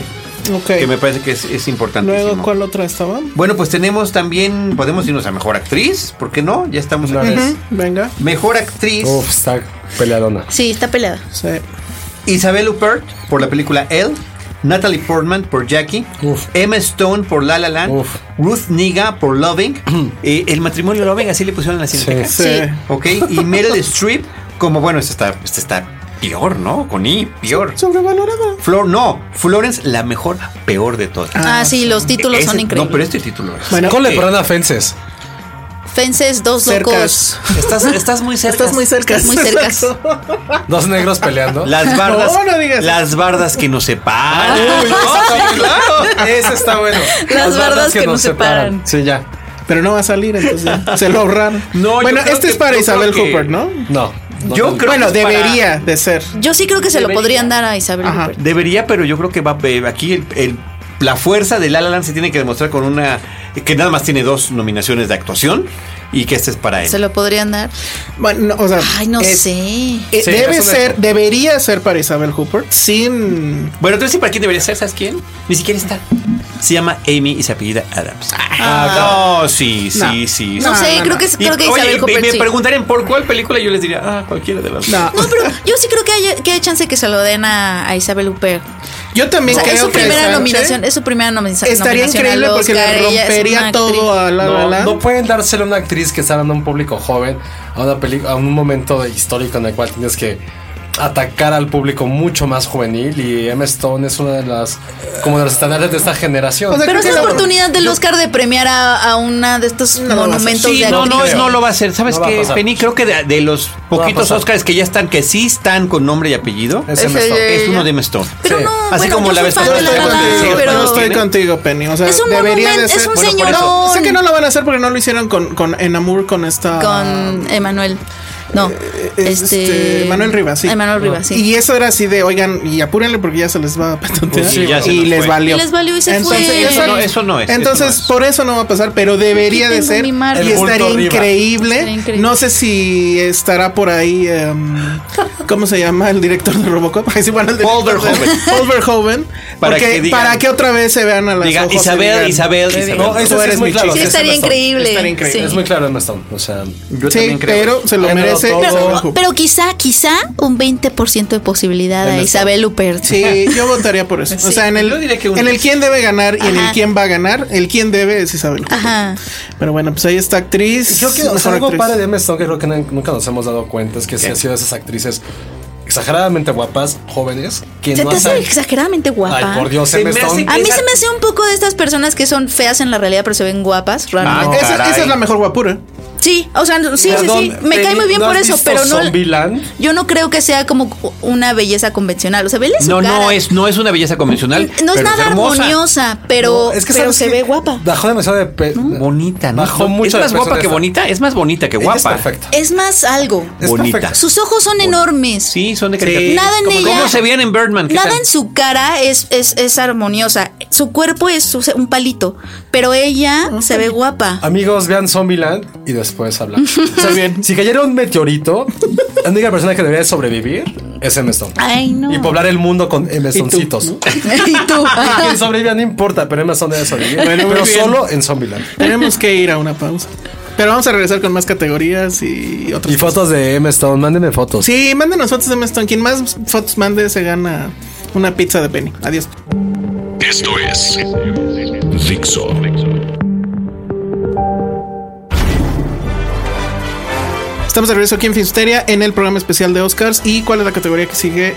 Speaker 3: Ok.
Speaker 5: Que me parece que es, es importantísimo.
Speaker 3: Luego, ¿cuál otra estaba?
Speaker 5: Bueno, pues tenemos también, podemos irnos a mejor actriz, ¿por qué no? Ya estamos
Speaker 2: Una
Speaker 5: aquí.
Speaker 2: vez.
Speaker 3: Ujú, Venga.
Speaker 5: Mejor actriz,
Speaker 2: Uf, está peleadona.
Speaker 4: sí está peleada
Speaker 3: Sí.
Speaker 5: Isabel Huppert por la película Elle, Natalie Portman por Jackie,
Speaker 2: Uf.
Speaker 5: Emma Stone por La La Land,
Speaker 2: Uf.
Speaker 5: Ruth Niga por Loving, eh, el matrimonio Loving, así le pusieron en la cinta.
Speaker 3: Sí.
Speaker 4: Sí.
Speaker 5: Ok, y Meryl Streep como, bueno, esta está, esta está Pior, ¿no? Con I, Pior.
Speaker 3: Sobrevalorada.
Speaker 5: Flor, no. Florence, la mejor, peor de todas.
Speaker 4: Ah, sí, los títulos
Speaker 5: Ese-
Speaker 4: son
Speaker 5: No, pero
Speaker 4: increíbles.
Speaker 5: este título es.
Speaker 3: Bueno,
Speaker 2: ¿Cómo le perdona Fences?
Speaker 4: Fences, dos locos.
Speaker 3: Cercas.
Speaker 5: Estás, estás muy cerca.
Speaker 3: Estás muy cerca.
Speaker 4: Estás muy cercas.
Speaker 3: [laughs] Exacto.
Speaker 2: Dos negros [laughs] peleando.
Speaker 5: Las bardas.
Speaker 3: No, no digas eso.
Speaker 5: Las bardas que nos separan.
Speaker 4: Ah,
Speaker 2: Uy, no, claro. Ese está bueno.
Speaker 4: Las bardas que nos separan.
Speaker 2: Sí, ya.
Speaker 3: Pero no va a salir, entonces ya. se lo ahorraron.
Speaker 5: [laughs] No, yo
Speaker 3: bueno,
Speaker 5: creo
Speaker 3: este
Speaker 5: que-
Speaker 3: es para
Speaker 5: yo
Speaker 3: Isabel
Speaker 5: creo que-
Speaker 3: Hooper, ¿no?
Speaker 2: No. no
Speaker 5: Yo
Speaker 2: te-
Speaker 5: creo
Speaker 3: Bueno,
Speaker 5: que es para-
Speaker 3: debería de ser.
Speaker 4: [laughs] Yo sí creo que se lo podrían dar a Isabel
Speaker 3: Ajá.
Speaker 4: Huppert.
Speaker 5: Ah. Debería, pero yo creo que va eh, aquí el- el- la fuerza de La La Land se tiene que demostrar con una que nada más tiene dos nominaciones de actuación y que este es para él.
Speaker 4: Se lo podrían dar.
Speaker 3: Bueno, no, o sea,
Speaker 4: Ay, no
Speaker 3: es-
Speaker 4: sé.
Speaker 3: eh,
Speaker 2: Sí,
Speaker 3: debe
Speaker 2: es un
Speaker 3: ser,
Speaker 2: hecho.
Speaker 3: debería ser para Isabel Hooper sin.
Speaker 5: Bueno, entonces, ¿y para quién debería ser? ¿Sabes quién? Ni siquiera está. Se llama Amy y se apellida Adams. Ah, no, sí, sí,
Speaker 3: No.
Speaker 5: sí.
Speaker 4: No,
Speaker 3: No,
Speaker 4: sé,
Speaker 3: no,
Speaker 4: creo
Speaker 3: no.
Speaker 4: que, creo que
Speaker 5: Y, oye,
Speaker 4: Isabel
Speaker 5: me,
Speaker 4: Huppert
Speaker 5: me
Speaker 4: sí.
Speaker 5: preguntarían por cuál película yo les diría, ah, cualquiera de las
Speaker 3: No.
Speaker 5: dos.
Speaker 4: No, pero yo sí creo que, haya- que hay chance que se lo den a, a Isabel Huppert.
Speaker 3: Yo
Speaker 4: O
Speaker 3: también
Speaker 4: sea, es
Speaker 3: creo
Speaker 4: su
Speaker 3: que
Speaker 4: primera
Speaker 3: Sánchez
Speaker 4: nominación. Es su primera nominiza-
Speaker 3: estaría
Speaker 4: nominación.
Speaker 3: increíble
Speaker 4: al
Speaker 3: porque
Speaker 4: Oscar,
Speaker 3: le
Speaker 4: ella es una
Speaker 3: rompería todo
Speaker 4: actriz.
Speaker 3: a la la
Speaker 2: No,
Speaker 3: la.
Speaker 2: no pueden dárselo a una actriz que está hablando a un público joven, a una peli- a un momento de- histórico en el cual tienes que atacar al público mucho más juvenil y Emma Stone es una de las como de los estándares de esta generación.
Speaker 3: O sea,
Speaker 4: Pero
Speaker 3: creo
Speaker 4: es
Speaker 3: que
Speaker 4: la
Speaker 3: no.
Speaker 4: oportunidad del Oscar de premiar a, a una de estos
Speaker 3: No lo va a hacer.
Speaker 4: monumentos
Speaker 5: Sí,
Speaker 4: de
Speaker 5: no, no,
Speaker 4: actriz.
Speaker 5: es- no lo va a hacer. ¿Sabes
Speaker 2: No va a
Speaker 5: qué,
Speaker 2: pasar.
Speaker 5: Penny? Creo que de, de los
Speaker 2: va a
Speaker 5: poquitos
Speaker 2: pasar.
Speaker 5: Oscars que ya están, que sí están con nombre y apellido,
Speaker 2: Es Emma
Speaker 4: Ese-
Speaker 2: Stone.
Speaker 5: es uno de Emma Stone.
Speaker 4: Pero
Speaker 2: Sí.
Speaker 4: no,
Speaker 5: Así
Speaker 4: bueno,
Speaker 5: como
Speaker 4: yo
Speaker 5: la
Speaker 4: soy
Speaker 5: vez
Speaker 4: fan
Speaker 5: pasada
Speaker 4: de La
Speaker 5: estoy
Speaker 4: La Land,
Speaker 5: contigo,
Speaker 3: Yo
Speaker 4: pero...
Speaker 3: estoy contigo, Penny. O sea,
Speaker 4: Es un
Speaker 3: debería de
Speaker 4: monumento,
Speaker 3: ser.
Speaker 4: es un
Speaker 5: Bueno, por
Speaker 4: señorón.
Speaker 5: eso.
Speaker 3: sé que no lo van a hacer porque no lo hicieron con, con Enamur, con esta.
Speaker 4: Con Emanuel. No.
Speaker 3: Eh, este,
Speaker 4: este.
Speaker 3: Manuel Rivas, sí. Ah.
Speaker 4: Emanuel Rivas, sí.
Speaker 3: Y eso era así de, oigan, y apúrenle porque ya se les va a patentear.
Speaker 5: Pues sí, ya se
Speaker 3: y
Speaker 5: nos
Speaker 3: les
Speaker 5: fue.
Speaker 3: valió.
Speaker 4: Y les valió y se fue.
Speaker 5: eso no- eso no es,
Speaker 3: Entonces,
Speaker 5: eso no es.
Speaker 3: por eso no va a pasar, pero debería
Speaker 4: Aquí
Speaker 3: de
Speaker 4: tengo
Speaker 3: ser.
Speaker 4: mi marca.
Speaker 3: Y
Speaker 2: El bulto
Speaker 3: estaría
Speaker 2: arriba.
Speaker 3: increíble.
Speaker 4: Estaría increíble.
Speaker 3: No sé si estará por ahí. em, ¿Cómo se llama el director de Robocop? [laughs] Sí, bueno, el director de-
Speaker 5: Wolverhoven.
Speaker 3: Wolverhoven.
Speaker 5: Para
Speaker 3: Porque-
Speaker 5: que digan-
Speaker 3: para que otra vez se vean a las
Speaker 5: Diga,
Speaker 3: ojos y
Speaker 5: Isabel,
Speaker 3: digan,
Speaker 5: Isabel, Isabel.
Speaker 2: No, eso
Speaker 3: Tú
Speaker 2: sí
Speaker 3: eres
Speaker 2: es muy
Speaker 3: mi
Speaker 2: claro.
Speaker 3: chica.
Speaker 4: Sí,
Speaker 2: es
Speaker 4: estaría
Speaker 2: Emma Stone.
Speaker 4: increíble.
Speaker 3: Estaría increíble.
Speaker 4: sí.
Speaker 2: Es muy claro Emma Stone. O sea,
Speaker 3: Sí, pero se lo
Speaker 2: Ha ganado
Speaker 3: merece.
Speaker 2: todo.
Speaker 3: Isabel
Speaker 4: Pero,
Speaker 3: Hooper.
Speaker 4: pero quizá, quizá un 20% de posibilidad a Isabel Huppert.
Speaker 3: Sí, yo votaría por eso. O
Speaker 4: Sí.
Speaker 3: sea, en el,
Speaker 5: Yo diría que un
Speaker 3: en el quién debe ganar y en el
Speaker 4: Ajá.
Speaker 3: quién va a ganar, el quién debe es Isabel. Huppert.
Speaker 4: Ajá.
Speaker 3: Pero bueno, pues ahí está actriz.
Speaker 2: Yo que, o sea,
Speaker 3: mejor
Speaker 2: algo
Speaker 3: actriz.
Speaker 2: padre de Emma Stone que creo que n- nunca nos hemos dado cuenta es que sí ha sido de esas actrices exageradamente guapas, jóvenes, que
Speaker 4: Se
Speaker 2: no
Speaker 4: te hace
Speaker 2: hacen-
Speaker 4: exageradamente guapa.
Speaker 2: Ay, por Dios,
Speaker 3: eh.
Speaker 5: Se
Speaker 2: Emma
Speaker 5: me
Speaker 2: Stone.
Speaker 4: A mí
Speaker 5: Esa-
Speaker 4: se me hace un poco de estas personas que son feas en la realidad, pero se ven guapas, realmente.
Speaker 3: Esa,
Speaker 5: Caray.
Speaker 3: esa es la
Speaker 4: [laughs]
Speaker 3: mejor guapura.
Speaker 4: Sí, o sea, sí, sí, sí.
Speaker 2: Perdón,
Speaker 4: Me cae muy bien
Speaker 2: ¿no
Speaker 4: por
Speaker 2: has
Speaker 4: eso,
Speaker 2: visto
Speaker 4: pero no.
Speaker 2: Zombieland?
Speaker 4: Yo no creo que sea como una belleza convencional. O sea, vele su
Speaker 5: No,
Speaker 4: cara.
Speaker 5: no es, no es una belleza convencional.
Speaker 4: No es
Speaker 5: pero
Speaker 4: nada
Speaker 5: hermosa.
Speaker 4: armoniosa,
Speaker 2: No,
Speaker 4: pero,
Speaker 2: es que
Speaker 4: pero
Speaker 2: sabes
Speaker 4: se
Speaker 2: que
Speaker 4: ve guapa.
Speaker 2: Bajó demasiado de pe-
Speaker 5: Mm. Bonita, ¿no?
Speaker 2: Bajó
Speaker 5: No,
Speaker 2: mucho
Speaker 5: es
Speaker 2: de
Speaker 5: más
Speaker 2: peso
Speaker 5: guapa
Speaker 2: de
Speaker 5: que
Speaker 2: esa.
Speaker 5: bonita. Es más bonita que
Speaker 2: Ella
Speaker 5: guapa.
Speaker 2: Es perfecta.
Speaker 4: Es más algo.
Speaker 2: Es
Speaker 5: Bonita.
Speaker 2: perfecta.
Speaker 4: Sus ojos son enormes.
Speaker 5: Sí, son de caricatura.
Speaker 4: Nada en
Speaker 5: ¿Cómo-
Speaker 4: ella.
Speaker 5: ¿Cómo se veían en Birdman? ¿Qué
Speaker 4: Nada
Speaker 5: tal?
Speaker 4: en su cara es, es, es armoniosa. Su cuerpo es su- un palito, pero ella se ve guapa.
Speaker 2: Amigos, vean Zombieland y después hablan.
Speaker 4: [laughs]
Speaker 2: Está bien. Si cayera un meteorito, la única persona que debería sobrevivir es Emma Stone.
Speaker 4: Ay, Ah, no.
Speaker 2: Y poblar el mundo con Emma Stonecitos.
Speaker 4: [laughs] ¿Y
Speaker 5: [laughs]
Speaker 4: tú?
Speaker 6: [laughs]
Speaker 2: Quien sobreviva no importa, pero Emma Stone debe sobrevivir.
Speaker 3: Bueno, muy
Speaker 2: pero
Speaker 3: bien.
Speaker 2: solo en Zombieland.
Speaker 3: Tenemos que ir a una pausa. Pero vamos a regresar con más categorías y otras
Speaker 2: Y
Speaker 3: cosas.
Speaker 2: fotos de Emma Stone, mándenme fotos.
Speaker 3: Sí, mándenos fotos de Meston. Quien más fotos mande se gana una pizza de Penny. Adiós.
Speaker 1: Esto es Dixo.
Speaker 3: Estamos de regreso aquí en Finsteria en el programa especial de Oscars. ¿Y cuál es la categoría que sigue,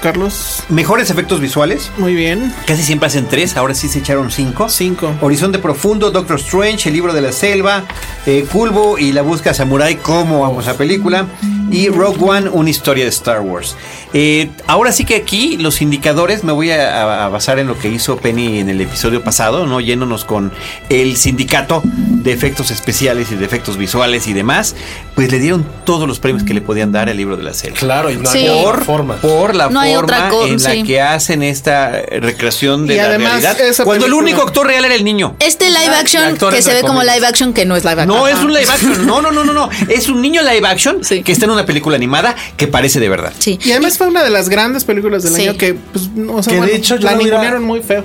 Speaker 3: Carlos?
Speaker 5: Mejores efectos visuales.
Speaker 3: Muy bien.
Speaker 5: Casi siempre hacen tres, ahora sí se echaron cinco.
Speaker 3: Cinco.
Speaker 5: Horizonte Profundo, Doctor Strange, El Libro de la Selva, eh, Culbo y La Busca Samurai, como vamos a película. Y Rogue One, una historia de Star Wars. Eh, ahora sí que aquí los indicadores, me voy a, a- a basar en lo que hizo Penny en el episodio pasado, ¿no? Yéndonos con el sindicato de efectos especiales y de efectos visuales y demás. Pues le dieron todos los premios que le podían dar al libro de la selva
Speaker 2: Claro, y no
Speaker 4: Sí.
Speaker 2: hay otra forma.
Speaker 5: por la
Speaker 4: No hay
Speaker 5: forma
Speaker 4: otra co-
Speaker 5: en la
Speaker 4: sí.
Speaker 5: que hacen esta eh, recreación de
Speaker 3: Y
Speaker 5: la
Speaker 3: además,
Speaker 5: realidad.
Speaker 3: esa
Speaker 5: Cuando el
Speaker 3: película-
Speaker 5: único actor real era el niño.
Speaker 4: Este live action
Speaker 2: actor
Speaker 4: que se
Speaker 2: entre
Speaker 4: ve como
Speaker 2: comillas.
Speaker 4: live action que no es live action. Ah,
Speaker 5: No es un live action, no, no, no,
Speaker 3: [laughs]
Speaker 5: no, no. Es un niño live action
Speaker 4: Sí.
Speaker 5: que está en una película animada que parece de verdad.
Speaker 4: Sí.
Speaker 3: Y además fue una de las grandes películas del
Speaker 4: Sí.
Speaker 3: año que, pues, no, o sea,
Speaker 2: Que de
Speaker 3: bueno,
Speaker 2: hecho yo
Speaker 3: la
Speaker 2: no hubiera-
Speaker 3: ningunearon muy feo.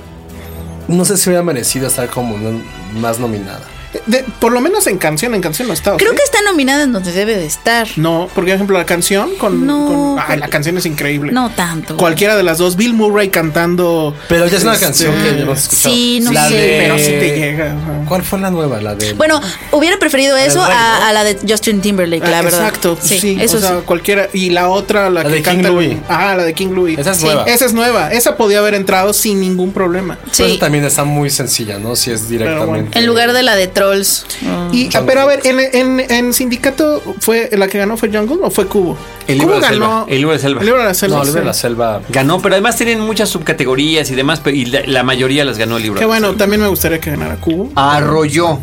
Speaker 2: No sé si hubiera merecido estar como no- más nominada.
Speaker 3: de- por lo menos en canción, en canción no está. ¿o
Speaker 4: Creo
Speaker 3: sí?
Speaker 4: que está nominada en donde debe de estar.
Speaker 3: No, porque, por ejemplo, la canción con.
Speaker 4: No.
Speaker 3: con- ay, la canción es increíble.
Speaker 4: No tanto.
Speaker 3: Cualquiera de las dos, Bill Murray cantando.
Speaker 6: Pero ya es una
Speaker 3: este,
Speaker 6: canción que Eh, hemos escuchado.
Speaker 4: Sí, no
Speaker 6: La
Speaker 4: sé,
Speaker 6: de-
Speaker 3: Pero sí te llega. ajá.
Speaker 6: ¿Cuál fue la nueva? La de.
Speaker 4: Bueno, hubiera preferido eso
Speaker 6: Rey, ¿no?
Speaker 4: a, a la de Justin Timberlake, la
Speaker 3: Ah,
Speaker 4: verdad.
Speaker 3: Exacto, sí,
Speaker 4: sí, eso
Speaker 3: o sea,
Speaker 4: sí.
Speaker 3: cualquiera. Y la otra, la,
Speaker 6: La
Speaker 3: que
Speaker 6: de
Speaker 3: canta.
Speaker 6: King Louis.
Speaker 3: Ah, la de King Louis.
Speaker 6: Esa es
Speaker 3: Sí,
Speaker 6: nueva.
Speaker 3: Esa es nueva. Esa podía haber entrado sin ningún problema.
Speaker 6: Pero
Speaker 4: Sí,
Speaker 6: esa Pues también está muy sencilla, ¿no? Si es directamente.
Speaker 3: bueno.
Speaker 4: en lugar de la de Trolls.
Speaker 3: Y, ah, pero a ver, en, en- en Sindicato fue la que ganó fue Jungle o fue Cubo?
Speaker 5: El
Speaker 3: Cubo
Speaker 5: libro de la selva, el libro de la selva.
Speaker 3: El libro de la selva.
Speaker 6: No, Libre de la
Speaker 3: sí.
Speaker 6: Selva.
Speaker 5: Ganó, pero además tienen muchas subcategorías y demás, pero- y la, la mayoría las ganó el libro.
Speaker 3: Qué bueno, también me gustaría que ganara Cubo.
Speaker 5: Arrolló.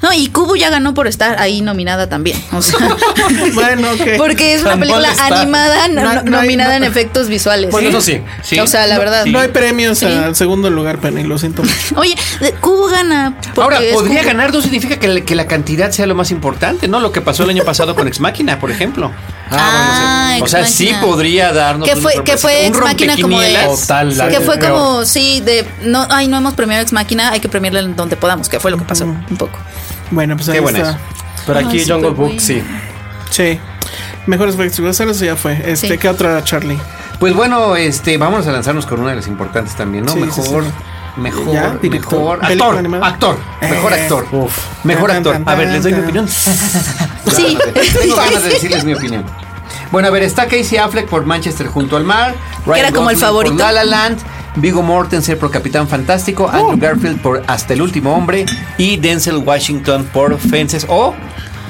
Speaker 4: No, y Kubo ya ganó por estar ahí nominada también. o sea, Ah,
Speaker 3: Bueno, que
Speaker 4: porque es una
Speaker 6: Tan mal
Speaker 4: película
Speaker 6: está.
Speaker 4: animada
Speaker 3: No hay-
Speaker 4: no-
Speaker 3: no hay-
Speaker 4: nominada
Speaker 3: no-
Speaker 4: en efectos visuales. ¿eh?
Speaker 6: Bueno, eso sí.
Speaker 5: sí.
Speaker 4: O sea, la verdad.
Speaker 3: no hay premios
Speaker 4: Sí.
Speaker 3: al segundo lugar, Penny,
Speaker 4: [laughs]
Speaker 3: lo siento mucho.
Speaker 4: Oye, de- Kubo gana. porque
Speaker 5: Ahora,
Speaker 4: es
Speaker 5: podría
Speaker 4: Kubo.
Speaker 5: ganar, no significa que, la- que la cantidad sea lo más importante, ¿no? Lo que pasó el año pasado con Ex Máquina, por ejemplo.
Speaker 4: Ah,
Speaker 5: o sea,
Speaker 4: Ex
Speaker 5: sí
Speaker 4: Machina.
Speaker 5: podría darnos.
Speaker 4: Que fue,
Speaker 5: una
Speaker 4: que
Speaker 5: sorpresa.
Speaker 4: fue
Speaker 5: Un
Speaker 4: Ex Máquina como de.
Speaker 5: rompecabezas.
Speaker 6: Total, la
Speaker 4: que fue
Speaker 6: peor.
Speaker 4: como, sí, de. no Ay, no hemos premiado Ex Máquina, hay que premiarle en donde podamos, que fue lo que pasó un poco.
Speaker 3: Bueno, pues
Speaker 5: Qué
Speaker 3: ahí
Speaker 5: buena
Speaker 3: está.
Speaker 6: Pero
Speaker 4: Ay,
Speaker 6: aquí
Speaker 4: súper
Speaker 6: Jungle Book,
Speaker 4: buena.
Speaker 6: sí.
Speaker 3: Sí. Mejores efectos eso ya fue. Este,
Speaker 4: Sí.
Speaker 3: ¿qué otra era Charlie?
Speaker 5: Pues bueno, este, vamos a lanzarnos con una de las importantes también, ¿no?
Speaker 3: Sí, sí,
Speaker 5: mejor,
Speaker 3: sí.
Speaker 5: mejor,
Speaker 3: Ya, director.
Speaker 5: mejor.
Speaker 3: Película
Speaker 5: Actor,
Speaker 3: animada.
Speaker 5: actor, mejor
Speaker 3: Eh,
Speaker 5: actor.
Speaker 3: uf.
Speaker 5: Mejor
Speaker 3: Tan,
Speaker 5: actor.
Speaker 3: tan,
Speaker 5: A ver, les doy mi
Speaker 3: tan,
Speaker 5: opinión.
Speaker 4: Pues Sí. [laughs]
Speaker 5: Tengo ganas de decirles mi opinión. Bueno, a ver, está Casey Affleck por Manchester junto al mar. Ryan
Speaker 4: como el
Speaker 5: Gosling
Speaker 4: favorito. Oh.
Speaker 5: Por La La Land. Vigo Mortensen por Capitán Fantástico. Andrew Garfield por Hasta el último hombre. Y Denzel Washington por Fences o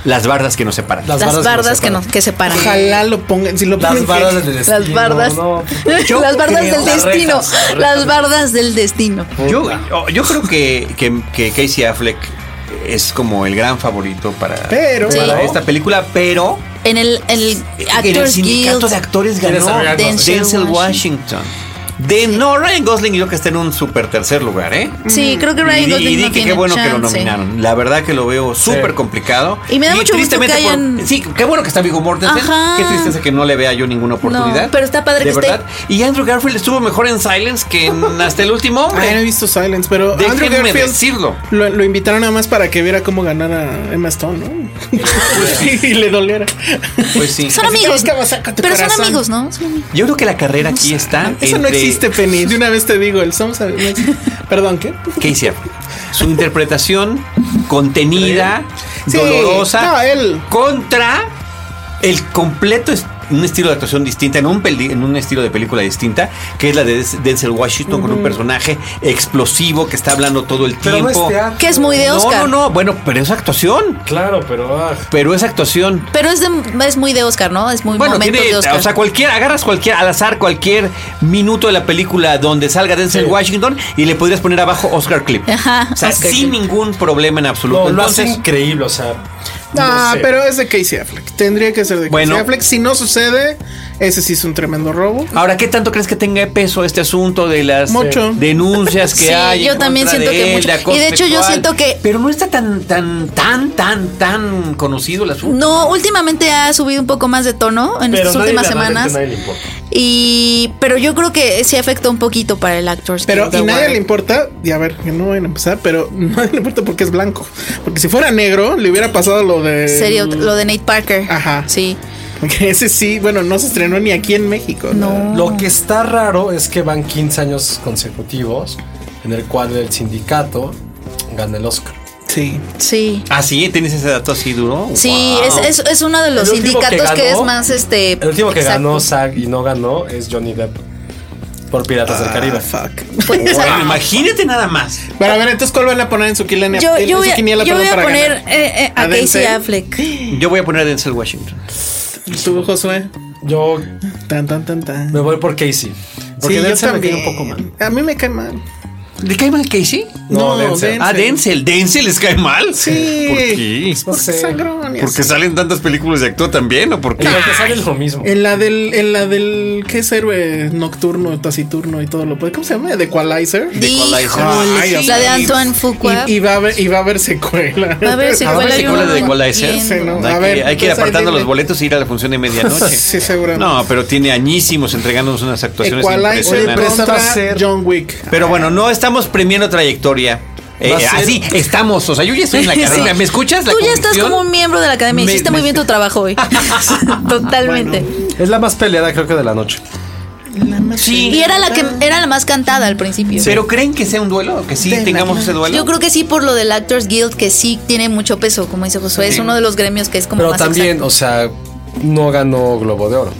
Speaker 5: Las bardas que nos separan.
Speaker 6: Las
Speaker 4: Las bardas que,
Speaker 6: no.
Speaker 4: nos, que separan.
Speaker 3: Ojalá lo pongan. Si lo
Speaker 6: Las
Speaker 3: ponen
Speaker 6: bardas del
Speaker 3: fake.
Speaker 6: destino.
Speaker 4: Las bardas. [laughs]
Speaker 6: no. Yo
Speaker 4: Las bardas
Speaker 6: creo-
Speaker 4: del
Speaker 6: Las
Speaker 4: destino.
Speaker 6: rejas, las rejas.
Speaker 4: Las bardas del destino.
Speaker 5: Yo, yo creo que, que, que Casey Affleck es como el gran favorito para,
Speaker 3: Pero-
Speaker 5: para
Speaker 3: Sí.
Speaker 5: esta película, pero
Speaker 4: En el, el
Speaker 5: en el
Speaker 4: Actors
Speaker 5: sindicato
Speaker 4: Guild.
Speaker 5: de actores
Speaker 6: Denzel
Speaker 5: ganó
Speaker 6: Washington.
Speaker 5: Denzel,
Speaker 4: Denzel
Speaker 5: Washington. De no, Ryan Gosling yo que está en un super tercer lugar, ¿eh?
Speaker 4: Sí, creo que
Speaker 5: Y
Speaker 4: Ryan
Speaker 5: di-
Speaker 4: Gosling
Speaker 5: y di
Speaker 4: no
Speaker 5: que qué
Speaker 4: tiene
Speaker 5: bueno que lo
Speaker 4: chance.
Speaker 5: nominaron. La verdad que lo veo súper complicado.
Speaker 4: Y me da mucho gusto que
Speaker 5: tristemente por-
Speaker 4: hayan-
Speaker 5: sí, qué bueno que está Viggo Mortensen.
Speaker 4: Ajá.
Speaker 5: Qué tristeza que no le vea yo ninguna oportunidad.
Speaker 4: No, pero está padre
Speaker 5: de
Speaker 4: que esté.
Speaker 5: verdad. Y Andrew Garfield estuvo mejor en Silence que en Hasta el último
Speaker 3: Ah, no he
Speaker 5: hombre.
Speaker 3: visto Silence, pero Andrew
Speaker 5: Déjenme
Speaker 3: Garfield
Speaker 5: decirlo.
Speaker 3: Lo, lo invitaron nada más para que viera cómo ganar a Emma Stone, ¿no? [laughs] y le doliera.
Speaker 5: Pues sí.
Speaker 4: Son
Speaker 3: Así
Speaker 4: amigos.
Speaker 3: que busca, saca tu
Speaker 4: Pero son
Speaker 3: corazón.
Speaker 4: amigos, ¿no? Son amigos.
Speaker 5: Yo creo que la carrera aquí está
Speaker 3: Eso no
Speaker 5: entre
Speaker 3: existe, Penny. De una vez te digo, el Sam sabe- no existe. Perdón, ¿qué?
Speaker 5: Casey Affleck. Su interpretación contenida,
Speaker 3: Sí,
Speaker 5: dolorosa,
Speaker 3: no, él.
Speaker 5: contra el completo es- un estilo de actuación distinta, en un, peli- en un estilo de película distinta, que es la de Des- Denzel Washington con un personaje explosivo que está hablando todo el
Speaker 6: Pero no es
Speaker 5: tiempo.
Speaker 6: teatro.
Speaker 4: Que es muy de
Speaker 5: no,
Speaker 4: Oscar.
Speaker 5: no, no, bueno, pero es actuación,
Speaker 6: Claro, pero. ah,
Speaker 5: pero es actuación.
Speaker 4: Pero es, de- es muy de Oscar, ¿no? Es muy
Speaker 5: Bueno,
Speaker 4: momento
Speaker 5: tiene,
Speaker 4: de Oscar.
Speaker 5: o sea, cualquier, agarras cualquier, al azar, cualquier minuto de la película donde salga Denzel Washington y le podrías poner abajo Oscar Clip.
Speaker 4: Ajá,
Speaker 5: o sea,
Speaker 4: Oscar
Speaker 5: sin
Speaker 4: Clip.
Speaker 5: ningún problema en absoluto.
Speaker 6: No, lo hace
Speaker 5: Entonces,
Speaker 6: increíble, o sea.
Speaker 3: Ah,
Speaker 6: sé.
Speaker 3: pero es de Casey Affleck. Tendría que ser de
Speaker 5: Bueno.
Speaker 3: Casey Affleck. Si no sucede, ese sí es un tremendo robo.
Speaker 5: ahora, ¿qué tanto crees que tenga peso este asunto de las
Speaker 3: Mucho.
Speaker 5: denuncias que
Speaker 4: Sí,
Speaker 5: hay? en
Speaker 4: yo también
Speaker 5: contra
Speaker 4: siento
Speaker 5: de
Speaker 4: que
Speaker 5: él,
Speaker 4: mucho.
Speaker 5: de acoso
Speaker 4: Y de hecho, yo
Speaker 5: sexual?
Speaker 4: siento que-
Speaker 5: Pero no está tan, tan, tan, tan, tan conocido el asunto.
Speaker 4: No, últimamente ha subido un poco más de tono en
Speaker 6: Pero
Speaker 4: estas
Speaker 6: nadie-
Speaker 4: últimas
Speaker 6: la- realmente
Speaker 4: semanas.
Speaker 6: nadie le importa.
Speaker 4: Y pero yo creo que sí afectó un poquito para el actor.
Speaker 3: Pero y nadie le importa, y a ver, que no van a empezar, pero [laughs] nadie le importa porque es blanco. Porque si fuera negro, le hubiera pasado lo de. [laughs]
Speaker 4: serio lo de Nate Parker.
Speaker 3: Ajá.
Speaker 4: Sí.
Speaker 3: Porque ese sí, bueno, no se estrenó ni aquí en México.
Speaker 4: No.
Speaker 6: Lo que está raro es que van 15 años consecutivos en el cual el sindicato gana el Oscar.
Speaker 3: Sí.
Speaker 4: Sí.
Speaker 5: Ah, sí, tienes ese dato así duro.
Speaker 4: Sí,
Speaker 5: Wow.
Speaker 4: es, es, es uno de los
Speaker 6: El último
Speaker 4: sindicatos que,
Speaker 6: que ganó-
Speaker 4: es más este.
Speaker 6: El último que
Speaker 4: exacto.
Speaker 6: ganó SAG y no ganó es Johnny Depp por Piratas del Caribe.
Speaker 3: Ah, fuck.
Speaker 4: [laughs] Pues, o sea,
Speaker 5: Bueno, imagínate nada más.
Speaker 3: Pero a ver, entonces, ¿cuál van a poner en su quiniela?
Speaker 4: yo,
Speaker 3: en
Speaker 4: yo
Speaker 3: su
Speaker 4: voy a,
Speaker 3: quiniela,
Speaker 4: yo
Speaker 3: perdón,
Speaker 4: voy a
Speaker 3: para
Speaker 4: poner
Speaker 3: ganar?
Speaker 4: eh, eh, a,
Speaker 3: ¿A
Speaker 4: Casey
Speaker 3: Denzel?
Speaker 4: Affleck.
Speaker 5: Yo voy a poner a Denzel Washington.
Speaker 3: Tú, Josué.
Speaker 6: Yo
Speaker 3: Tan, tan, tan, tan.
Speaker 6: me voy por Casey. Porque
Speaker 3: Sí, yo
Speaker 6: Denzel me cae un
Speaker 3: también.
Speaker 6: poco mal.
Speaker 3: A mí me cae mal.
Speaker 5: ¿Le cae mal Casey?
Speaker 6: No, Denzel.
Speaker 5: Ah, Denzel. ¿Denzel les cae mal?
Speaker 3: Sí.
Speaker 5: ¿Por qué?
Speaker 6: No sé.
Speaker 3: Sangrón. y
Speaker 5: ¿Porque
Speaker 3: así.
Speaker 5: salen tantas películas de actor también o por
Speaker 6: Y
Speaker 5: qué?
Speaker 6: lo que sale es lo mismo.
Speaker 3: En la del, en la del, ¿qué es héroe nocturno, taciturno y todo lo puede? ¿Cómo se llama? ¿De Equalizer?
Speaker 4: Híjole,
Speaker 3: Ay,
Speaker 4: la de
Speaker 3: Dios.
Speaker 4: Antoine Fuqua.
Speaker 3: Y, y va a haber, y va a haber secuela.
Speaker 4: a ver si
Speaker 5: A ver,
Speaker 4: igual hay
Speaker 5: secuela
Speaker 4: uno
Speaker 5: de
Speaker 4: no
Speaker 5: Equalizer.
Speaker 4: entiendo.
Speaker 3: Sí, no. A
Speaker 5: Hay, que,
Speaker 3: ver,
Speaker 5: hay que
Speaker 3: pues
Speaker 5: ir
Speaker 3: ahí
Speaker 5: apartando
Speaker 3: dile.
Speaker 5: los boletos e ir a la función de medianoche.
Speaker 3: [laughs] Sí, seguramente.
Speaker 5: No, pero tiene añísimos entregándonos unas actuaciones
Speaker 3: Equalizer
Speaker 5: impresionantes.
Speaker 6: Oye,
Speaker 3: contra
Speaker 6: pero-
Speaker 3: John Wick.
Speaker 5: Pero bueno, no estamos premiando trayectoria. Eh, así estamos. O sea, yo ya estoy en la
Speaker 3: [laughs]
Speaker 5: academia.
Speaker 4: Sí.
Speaker 5: ¿Me escuchas? La
Speaker 4: Tú ya estás
Speaker 5: convicción?
Speaker 4: como un miembro de la academia.
Speaker 5: Me-
Speaker 4: Hiciste
Speaker 5: me-
Speaker 4: muy bien tu
Speaker 6: [laughs]
Speaker 4: trabajo hoy. Totalmente.
Speaker 6: Es la más peleada, creo que de la noche.
Speaker 5: Sí.
Speaker 4: Y era la que era la más cantada al principio.
Speaker 5: Pero creen que sea un duelo, que sí
Speaker 3: Ten la
Speaker 5: tengamos
Speaker 3: mano.
Speaker 5: ese duelo.
Speaker 4: Yo creo que sí por lo del Actors Guild que sí tiene mucho peso, como dice Josué, es uno de los gremios que es como
Speaker 6: Pero
Speaker 4: más
Speaker 6: también, o sea, no ganó Globo de Oro.